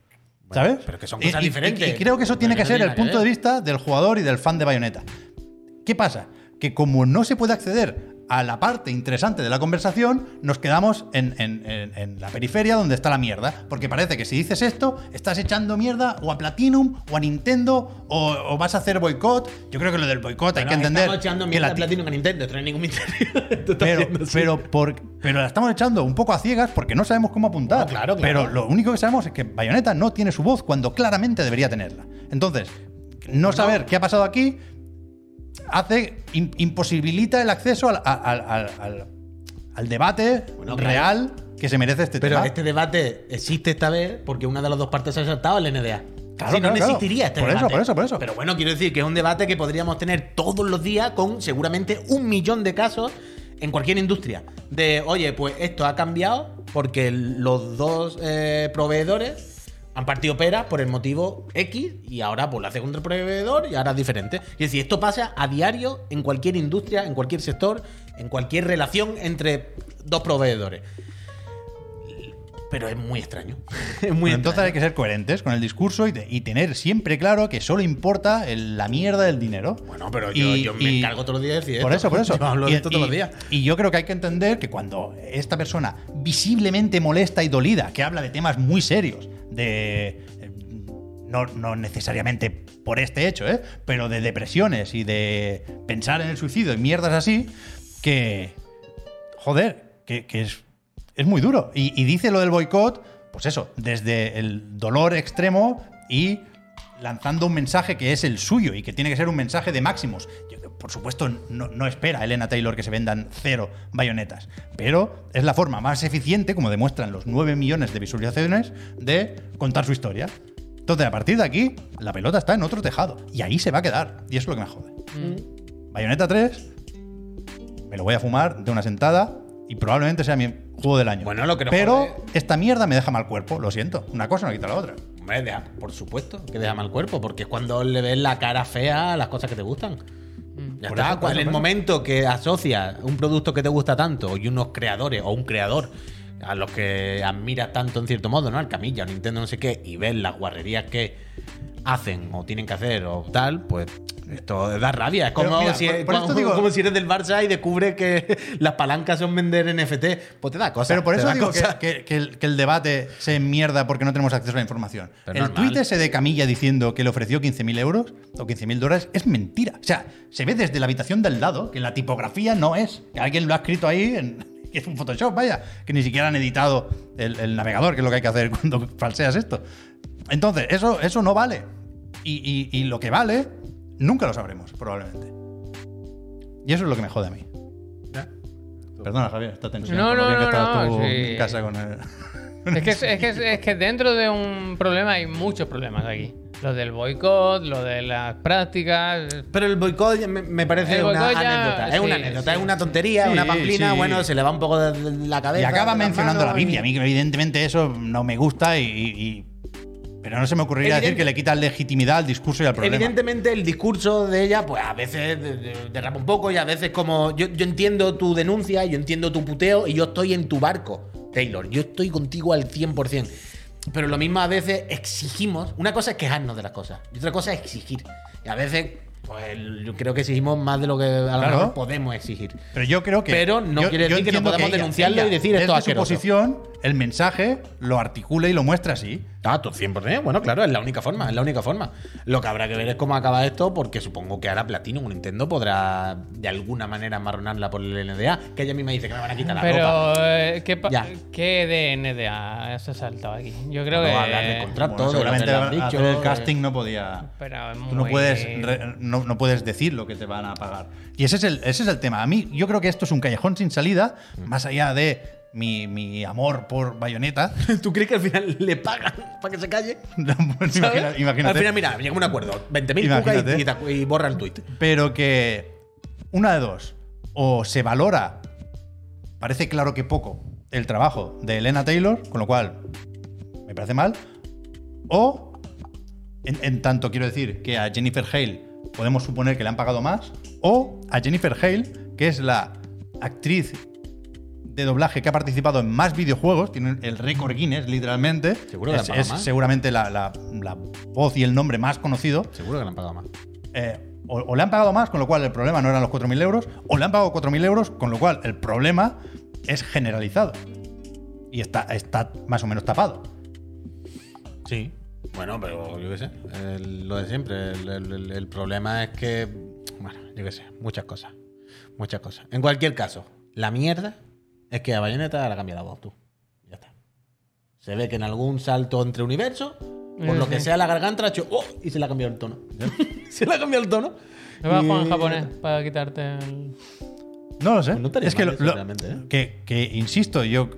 A: ¿Sabes?
B: pero que son
A: Y-
B: cosas
A: y-
B: diferentes.
A: Y, y creo que eso
B: Pero
A: tiene
B: que
A: que
B: no
A: ser
B: tiene
A: el
B: nada que
A: punto de
B: ver.
A: vista del jugador y del fan de Bayonetta. ¿Qué pasa? Que como no se puede acceder a la parte interesante de la conversación, nos quedamos en, en- en- en la periferia donde está la mierda. Porque parece que si dices esto, estás echando mierda o a Platinum o a Nintendo o, o vas a hacer boicot. Yo creo que lo del boicot hay
B: Pero
A: que entender.
B: Estamos echando
A: que
B: mierda
A: la-
B: a Platinum con Nintendo, esto no hay ningún misterio. Tú estás
A: pero,
B: haciendo así.
A: pero, por- pero la estamos echando un poco a ciegas porque no sabemos cómo apuntar.
B: Bueno, claro, claro.
A: Pero lo único que sabemos es que Bayonetta no tiene su voz cuando claramente debería tenerla. Entonces, no saber qué ha pasado aquí hace im- imposibilita el acceso al, al- al- al- al debate
B: Bueno, claro.
A: real que se merece este
B: Pero
A: tema.
B: este debate existe esta vez porque una de las dos partes se ha saltado el NDA.
A: Claro,
B: si no,
A: claro,
B: no
A: claro.
B: existiría este
A: Por eso,
B: debate.
A: por eso, por eso.
B: Pero bueno, quiero decir que es un debate que podríamos tener todos los días con seguramente un millón de casos en cualquier industria. De, oye, pues esto ha cambiado porque los dos eh, proveedores han partido peras por el motivo X y ahora pues lo hace contra el proveedor y ahora es diferente. Es decir, esto pasa a diario en cualquier industria, en cualquier sector, en cualquier relación entre dos proveedores. Pero es muy extraño. es muy
A: Pero entonces hay
B: extraño.
A: que ser coherentes con el discurso y, te- y tener siempre claro que solo importa el- la mierda del dinero.
B: Bueno, pero yo,
A: Y-
B: yo me
A: y-
B: encargo todos los días de decir
A: Por eso,
B: esto.
A: por eso.
B: Yo hablo de
A: Y-
B: esto todos los
A: y-
B: días.
A: y yo creo que hay que entender que cuando esta persona visiblemente molesta y dolida, que habla de temas muy serios, de. eh, No, no necesariamente por este hecho, ¿eh? pero de depresiones y de pensar en el suicidio y mierdas así, que. Joder, que, que es, es muy duro. Y, y dice lo del boicot, pues eso, desde el dolor extremo y lanzando un mensaje que es el suyo y que tiene que ser un mensaje de máximos. Yo, por supuesto, no, no espera Elena Taylor que se vendan cero bayonetas, pero es la forma más eficiente, como demuestran los 9 millones de visualizaciones, de contar su historia. Entonces, a partir de aquí, la pelota está en otro tejado y ahí se va a quedar. Y eso es lo que me jode. Bayonetta 3, me lo voy a fumar de una sentada y probablemente sea mi juego del año.
B: Bueno, lo que nos
A: Pero
B: jode-
A: esta mierda me deja mal cuerpo, lo siento. Una cosa no quita la otra.
B: Hombre, deja- por supuesto que deja mal cuerpo, porque es cuando le ves la cara fea a las cosas que te gustan. Ya
A: Por
B: está,
A: eso, por
B: cuando-
A: eso,
B: en el
A: por eso.
B: momento que asocias un producto que te gusta tanto y unos creadores o un creador a los que admiras tanto en cierto modo, ¿no? Al Camilla, o Nintendo, no sé qué, y ves las guarrerías que hacen o tienen que hacer o tal, pues esto da rabia. Es
A: Pero
B: como,
A: mira,
B: si,
A: por- por esto
B: como-
A: digo-
B: como si eres del Barça y descubres que las palancas son vender NFT. Pues te da cosas.
A: Pero por
B: te
A: eso
B: da
A: digo que,
B: cosas.
A: que- que el, que el debate se enmierda porque no tenemos acceso a la información.
B: Pero
A: el
B: normal.
A: tuit ese de Camilla diciendo que le ofreció 15.000 euros o 15.000 dólares es mentira. O sea, se ve desde la habitación del lado que la tipografía no es. Que alguien lo ha escrito ahí en que es un Photoshop, vaya. Que ni siquiera han editado el, el navegador, que es lo que hay que hacer cuando falseas esto. Entonces, eso, eso no vale. Y, y- y lo que vale, nunca lo sabremos, probablemente. Y eso es lo que me jode a mí. Perdona, Javier, esta tensión.
C: No,
A: por lo
C: no,
A: bien que
C: no,
A: estabas
C: no,
A: tú
C: sí.
A: en casa con el-
C: Es que, es, es que, es- es que dentro de un problema hay muchos problemas aquí. Lo del boicot, lo de las prácticas.
B: Pero el boicot me, me parece
C: El
B: una
C: boicot ya-
B: anécdota. Es una
C: sí,
B: anécdota,
C: sí.
B: es una tontería,
A: Sí,
B: una pamplina.
A: sí.
B: Ah, Bueno, se le va un poco de la cabeza.
A: Y acaba
B: de las
A: mencionando la
B: manos
A: Biblia. A
B: y-
A: mí, evidentemente, eso no me gusta y. y- pero no se me ocurriría decir
B: Evidente-
A: que le quita legitimidad al discurso y al problema.
B: Evidentemente el discurso de ella, pues a veces de- de- derrama un poco y a veces como yo, yo entiendo tu denuncia, yo entiendo tu puteo y yo estoy en tu barco, Taylor, yo estoy contigo al 100%. Pero lo mismo a veces exigimos, una cosa es quejarnos de las cosas y otra cosa es exigir. Y a veces, pues yo creo que exigimos más de lo que a lo
A: Claro.
B: mejor podemos exigir.
A: Pero yo creo que.
B: Pero no quiere decir que no
A: entiendo
B: podamos
A: ella-
B: denunciarlo y
A: ella,
B: decir, esto
A: desde
B: es
A: su
B: asqueroso.
A: posición, el mensaje lo articula y lo muestra así.
B: Ah, tú 100%. Bueno, claro, es la única forma, es la única forma. Lo que habrá que ver es cómo acaba esto, porque supongo que ahora Platinum o Nintendo podrá de alguna manera amarronarla por el NDA, que ella misma dice que me van a quitar la ropa.
C: Pero, eh, ¿qué, pa-
B: Ya.
C: ¿qué de NDA se ha saltado aquí? Yo creo
B: No
C: que.
B: va a hablar de contrato,
A: Bueno,
B: de lo que
A: seguramente
B: le han
A: hacer
B: dicho, eh.
A: el
B: de-
A: casting no podía.
C: Pero es
A: Tú no
C: muy-
A: puedes,
B: Pues
A: re- no, no puedes decir lo que te van a pagar. Y ese es, el, ese es el tema. A mí, yo creo que esto es un callejón sin salida,
B: Mm.
A: más allá de mi, mi amor por bayoneta.
B: ¿Tú crees que al final le pagan para que se calle?
A: pues Imagina-
B: ¿Sabes?
A: imagínate.
B: Al final, mira, llega un acuerdo. 20.000 cucas y-
A: Imagínate.
B: y, te- y borra el tuit.
A: Pero que una de dos. O se valora, parece claro que poco, el trabajo de Elena Taylor, con lo cual me parece mal. O, en, en tanto quiero decir que a Jennifer Hale podemos suponer que le han pagado más, o a Jennifer Hale, que es la actriz de doblaje que ha participado en más videojuegos, tiene el récord Guinness, literalmente.
B: Seguro que le han
A: es,
B: pagado
A: es
B: más.
A: seguramente la, la- la voz y el nombre más conocido.
B: Seguro que le han pagado más.
A: Eh, o, o le han pagado más, con lo cual el problema no eran los 4.000 euros, o le han pagado 4.000 euros, con lo cual el problema es generalizado. Y está, está más o menos tapado.
B: Sí. Bueno, pero yo qué sé. el- lo de siempre. El, el- el- el problema es que. Bueno, yo qué sé. Muchas cosas. Muchas cosas. En cualquier caso, la mierda es que a Bayonetta la cambia la voz tú. Ya está. Se ve que en algún salto entre universos, por
C: Sí,
B: lo que
C: sí.
B: sea la garganta, ha hecho, "Oh", y se le ha cambiado el tono. se le ha cambiado el tono.
C: Lo voy a jugar
B: Y-
C: en japonés para quitarte el.
A: No lo sé.
B: Pues no estaría
A: es que,
B: mal
A: lo-
B: eso,
A: lo-
B: realmente, ¿eh?
A: que, que, insisto, yo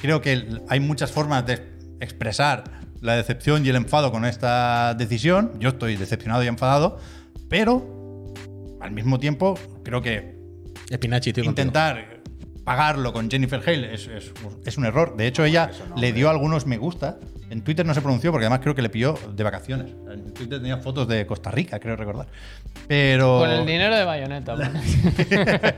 A: creo que l- hay muchas formas de expresar la decepción y el enfado con esta decisión. Yo estoy decepcionado y enfadado, pero al mismo tiempo creo que
B: Espinachi, tío.
A: intentar pagarlo con Jennifer Hale es, es- es un error. De hecho, ella
B: eso no,
A: le dio algunos me gusta. En Twitter no se pronunció porque además creo que le pilló de vacaciones. En Twitter tenía fotos de Costa Rica, creo recordar.
B: Oh.
A: Pero
C: Con el dinero de bayoneta.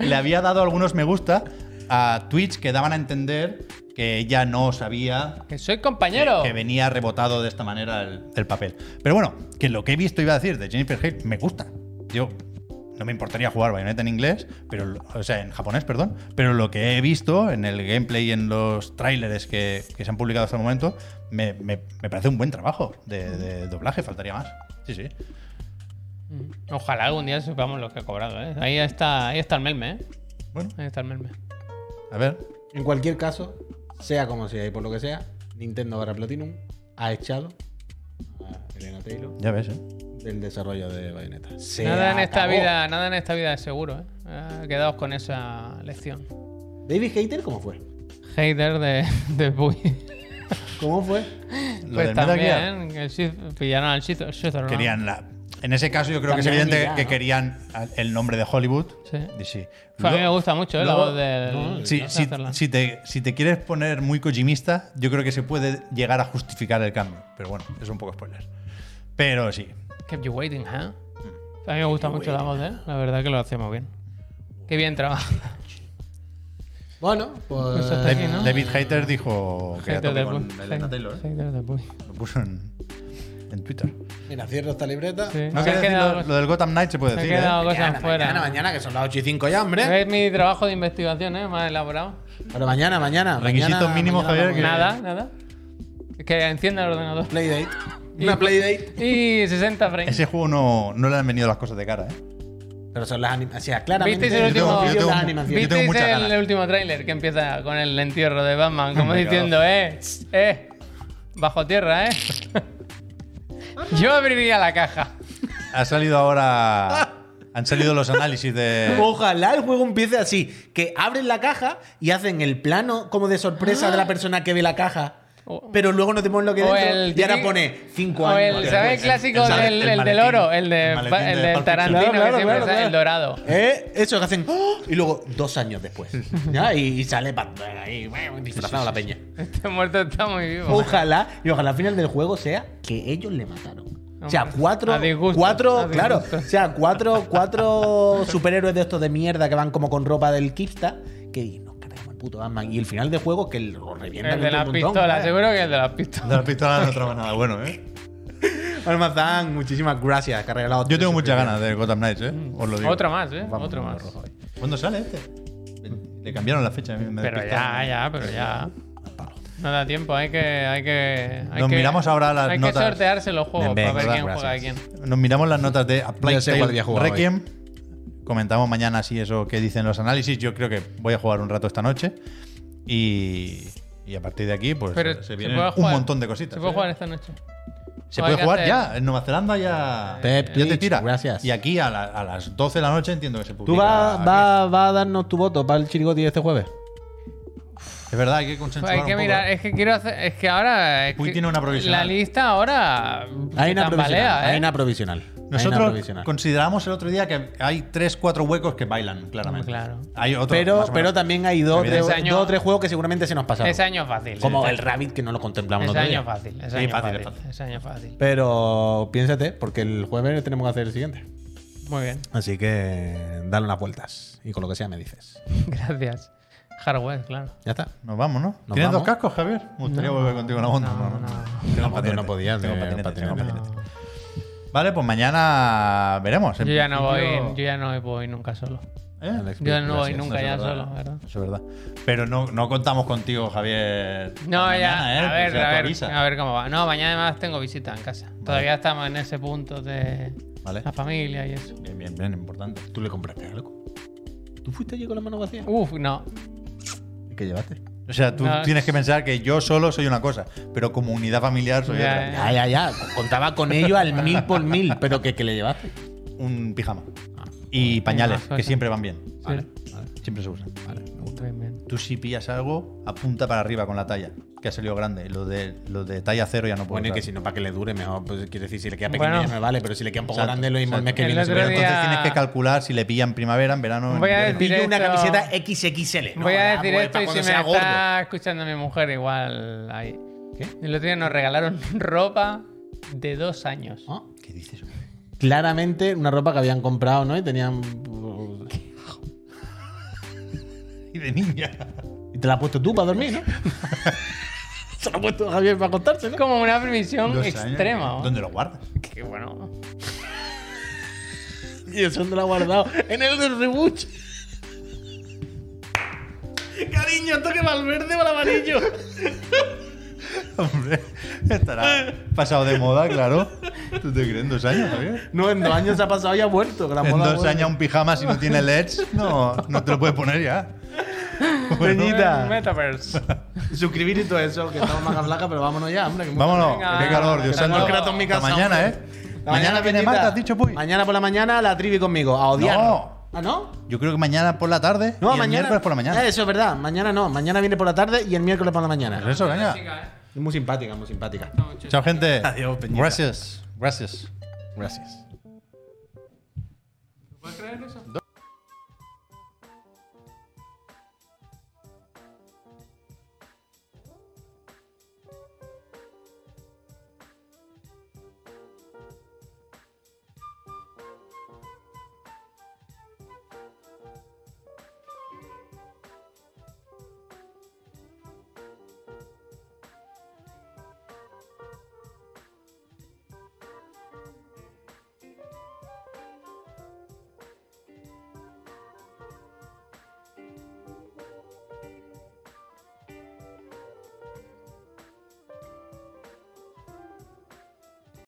A: le había dado algunos me gusta a tweets que daban a entender que ella no sabía
C: que soy compañero.
A: que venía rebotado de esta manera el, el papel. Pero bueno, que lo que he visto iba a decir de Jennifer Hale me gusta. Yo no me importaría jugar Bayonetta en inglés, pero lo- o sea, en japonés, perdón, pero lo que he visto en el gameplay y en los tráileres que, que se han publicado hasta el momento me, me- me parece un buen trabajo de, de doblaje, faltaría más. Sí, sí.
C: Ojalá algún día sepamos lo que ha cobrado, ¿eh? Ahí está, ahí está el melme, ¿eh?
A: Bueno,
C: Ahí está el melme.
A: a ver.
B: En cualquier caso, sea como sea y por lo que sea, Nintendo barra Platinum ha echado a Elena Taylor
A: Ya ves, ¿eh?
B: del desarrollo de Bayonetta. Se
C: Nada en esta
B: acabó.
C: vida, nada en esta vida es seguro, ¿eh? Eh, Quedaos con esa lección.
B: ¿David Hater cómo fue?
C: Hater de, de Puy.
B: ¿Cómo fue?
A: Lo
C: Pues
A: del Metal Gear.
C: también, que el Shiz- pillaron al Shiz- Shizor, ¿no?
A: Querían la. En ese caso, yo creo que es
B: También
A: evidente
B: ya,
A: que
B: ¿no?
A: querían al- el nombre de Hollywood.
C: Sí.
A: Y sí.
C: Pues a mí me
A: Luego-
C: gusta mucho, ¿eh? La
A: luego-
C: voz del.
B: no,
A: Sí,
C: del
A: si,
C: Sutherland.
A: si te, si te quieres poner muy Kojimista, yo creo que se puede llegar a justificar el cambio. Pero bueno, es un poco spoiler. Pero sí.
C: Kept you waiting, ¿eh?
A: Mm.
C: A mí me gusta mucho la voz, ¿eh? La verdad que lo hacemos bien. Qué bien trabajo.
B: Bueno, pues.
C: Eso está aquí,
A: David,
C: ¿no?
A: David Hater dijo que a
C: Hater
A: tope
C: de
A: con
C: Puy.
A: Elena
C: Hater-
A: Taylor. ¿eh?
C: Hater de Puy.
A: Lo puso en, en Twitter.
B: Mira, cierro esta libreta.
A: No
C: Sí. Se
A: quería
C: han
A: decir
C: quedado
A: lo,
C: cosas-
A: lo del Gotham Knight se puede
C: se han
A: decir. ¿eh?
C: quedado cosas
B: Mañana,
C: fuera. Eh,
B: mañana, mañana, que son las 8 y 5 ya, hombre.
C: Es mi trabajo de investigación, ¿eh? Más elaborado.
B: Pero mañana, mañana.
A: Requisitos
B: mañana-
A: mínimos,
B: mañana
A: Javier,
B: vamos a-
C: Nada, nada. Que encienda el ordenador.
B: Playdate. Una Playdate.
C: Y 60 frames.
A: Ese juego no, no le han venido las cosas de cara. ¿eh?
B: Pero son las animaciones. O sea, claramente.
C: ¿Visteis el
B: yo
C: último-
B: confío en
C: yo
B: las
A: tengo-
B: animaciones.
A: yo tengo
C: ¿Visteis
A: muchas
C: el,
A: ganas.
C: último tráiler que empieza con el entierro de Batman? Como
A: Hombre,
C: diciendo, eh, eh, bajo tierra, eh. Yo abriría la caja.
A: Ha salido ahora. Han salido los análisis de.
B: Ojalá el juego empiece así, que abren la caja y hacen el plano como de sorpresa de la persona que ve la caja.
C: O-
B: Pero luego no te ponen lo que dentro y ahora
C: típico-
B: pone 5
C: o
B: años.
C: el, ¿Sabes el clásico
A: el-
C: del,
A: el
C: el del
A: maletín,
C: oro? El, de,
A: el maletín
C: el
A: de
C: del
A: Pulp Fiction.
C: Tarantino
B: Claro, claro,
C: que siempre
B: claro,
C: sale,
B: claro.
C: el dorado.
B: ¿Eh? Eso que hacen ¡oh! y luego dos años después. ¿ya? Y, y sale Batman ahí, bueno, disfrazado la peña.
C: Este muerto está muy vivo.
B: Ojalá, y ojalá al final del juego sea que ellos le mataron. O sea,
C: Hombre,
B: cuatro,
C: a disgusto,
B: cuatro,
C: a
B: claro,
C: disgusto.
B: o sea, cuatro, cuatro superhéroes de estos de mierda que van como con ropa del Kipsta, que nos cargamos el puto Batman. Y el final del juego que lo revientan
C: El de
B: entre un
C: la
B: montón,
C: pistola,
B: ¿sabes?
C: seguro que el de la pistola.
A: De las pistolas no traba nada bueno, ¿eh?
B: Almazán, muchísimas gracias, que ha regalado
A: Yo tengo
B: tres
A: muchas ganas de Gotham Knights, ¿eh? Os lo digo.
C: Otro más, ¿eh?
B: Vamos,
C: Otro más.
B: vamos, Rojo.
A: ¿Cuándo sale este? Le cambiaron la fecha. me
C: Pero
A: despistaba.
C: ya, ya, pero ya. No da tiempo, hay que. Hay que hay
A: Nos
C: que-
A: miramos ahora las
C: hay
A: notas.
C: que sortearse los juegos
A: Venga,
C: para ver quién
B: gracias.
C: juega a quién.
A: Nos miramos las notas de A Plague
B: Ya sé
A: Tale
B: cuál voy a jugar hoy.
A: Requiem. Comentamos mañana si eso que dicen los análisis. Yo creo que voy a jugar un rato esta noche. Y, y a partir de aquí, pues
C: Pero
A: se
C: se
A: vienen
C: puede
A: un
C: jugar.
A: montón de cositas.
C: Se puede
A: ¿eh?
C: jugar esta noche.
A: Se
C: o
A: puede
C: hay que
A: jugar
C: hacer-
A: ya. En Nueva Zelanda ya,
B: Pep
A: ya te
B: Twitch,
A: tira.
B: gracias.
A: Y aquí a, la- a las 12 de la noche entiendo que se
B: Tú
A: publica.
B: vas
A: aquí.
B: va, va a darnos tu voto para el chirigoti este jueves.
A: Es verdad, hay que consensuar.
C: Hay que
A: un poco.
C: mirar, es que quiero hacer. Es que ahora. es
A: Puy
C: que
A: tiene una provisional.
C: La lista ahora.
B: Hay una, provisional,
C: tambalea, ¿eh?
B: hay una provisional. hay una
A: Nosotros
B: provisional.
A: consideramos el otro día que hay tres, cuatro huecos que bailan, claramente.
C: Hombre, claro.
A: Hay otro,
B: Pero,
A: más o
B: pero
A: menos.
B: también hay dos
A: Evidente.
B: tres-
C: Ese año-
B: dos o tres juegos que seguramente se nos pasaron.
C: Ese año fácil.
B: Como
C: Ese-
B: el Rabbit que no lo contemplamos
C: Ese
B: otro
C: año
B: día.
C: fácil. Ese
A: Sí,
C: año
A: fácil, es
C: fácil.
A: fácil.
C: Ese año fácil.
B: Pero piénsate, porque el jueves tenemos que hacer el siguiente.
C: Muy bien.
B: Así que dale unas vueltas y con lo que sea me dices.
C: Gracias. Hardware, claro.
B: Ya está.
A: Nos vamos, ¿no?
B: Nos
A: ¿Tienes
B: vamos.
A: dos cascos, Javier? Me gustaría volver contigo a una onda.
C: no, no.
A: Tengo
B: No, tú no
A: patinete.
B: podías,
A: Tengo
B: eh,
A: patinete,
B: patinete.
A: tengo
B: No.
A: patinete. Vale, pues mañana veremos. En
C: Yo ya no voy,
A: principio-
C: yo ya no me puedo ir nunca solo.
A: ¿Eh?
B: Alex,
C: Yo no voy
B: gracias.
C: nunca
A: es
C: ya
A: verdad.
C: solo, ¿verdad?
A: Eso es verdad. Pero no, no contamos contigo, Javier.
C: No,
A: para
C: ya.
A: mañana, ¿eh?
C: a
A: O
C: ver,
A: sea, tú
C: a ver,
A: avisa.
C: a ver cómo va. No, mañana además tengo visita en casa. Todavía estamos en ese punto de
A: Vale.
C: la familia y eso.
A: Bien, bien, bien, importante.
B: ¿Tú le compraste algo? ¿Tú fuiste allí con las manos vacías?
C: Uf, no.
B: ¿Y qué llevaste?
A: O sea, tú
C: No,
A: tienes que pensar que yo solo soy una cosa, pero como unidad familiar soy
C: Ya,
A: otra.
B: Ah, Ya, ya, ya. Contaba con ello al mil por mil, pero ¿qué, qué le llevaste?
A: Un pijama. Y pañales,
C: Pijama,
A: que
C: sí.
A: siempre van bien.
C: Vale.
B: vale,
A: Siempre se usan.
B: vale. me gusta.
C: Bien, bien.
A: Tú si pillas algo, apunta para arriba con la talla, que ha salido grande. Los de, los de talla cero ya no puedo.
B: Bueno, y que
A: usar.
B: si no, para que le dure mejor. Pues quiere decir, si le queda pequeño
C: Bueno.
B: ya me vale, pero si le queda un poco
A: Exacto,
B: grande, lo mismo el mes que
C: El
B: viene. se
C: otro
B: puede-
A: Pero entonces
C: día-
A: tienes que calcular si le pilla en primavera, en verano. en
C: Voy a
A: invierno.
C: decir
B: Pillo una
C: esto-
B: camiseta XXL. ¿no?
C: Voy a
B: Ya,
C: decir
B: pues,
C: esto
B: para
C: y si me
B: cuando sea gordo.
C: está escuchando mi mujer, igual ahí.
B: ¿Qué?
C: El otro día nos regalaron ropa de dos años.
B: ¿Ah?
A: ¿Qué dices?
B: Claramente una ropa que habían comprado, ¿no? Y tenían. pues,
A: Y de niña.
B: Y te la has puesto tú para dormir, ¿no? Se la ha puesto Javier para acostarse,
C: Es
B: ¿no?
C: como una permisión
A: Dos años.
B: ¿eh?
C: extrema. ¿no?
A: ¿Dónde lo guardas?
C: Que bueno.
B: Y eso no la ha guardado. En el del rebuche. Cariño, toque para el verde o el amarillo.
A: Hombre, estará pasado de moda, claro. ¿Tú te crees en dos años, Javier?
B: No, en dos años se ha pasado y ha vuelto. gran
A: En
B: moda
A: dos
B: buena.
A: años un pijama si no tiene LEDs, no, no te lo puedes poner ya. Bueno,
B: Peñita.
C: Metaverse.
B: Suscribir y todo eso, que estamos más flaca, pero vámonos ya, hombre. que mucho-
A: vámonos,
C: Venga,
A: qué calor, Dios
C: hasta
A: santo.
C: luego. Kratos,
B: mi
A: Hasta
B: casa,
A: mañana, ¿eh?
B: hombre. Hasta
A: Mañana, viene
B: Peñita.
A: Marta, has dicho Puy.
B: Mañana por la mañana la trivi conmigo, a odiar.
A: No.
B: ¿Ah, no?
A: Yo creo que mañana por la tarde
B: No,
A: y el
B: mañana.
A: miércoles por la mañana.
B: Ah, Eso es verdad. Mañana no. Mañana viene por la tarde y el miércoles por la mañana.
A: Pues eso, venga.
C: ¿eh?
B: Muy simpática, muy simpática.
A: Chao, gente.
B: Adiós, Peñita.
A: Gracias. Gracias.
B: Gracias.
C: ¿Puedes creer eso?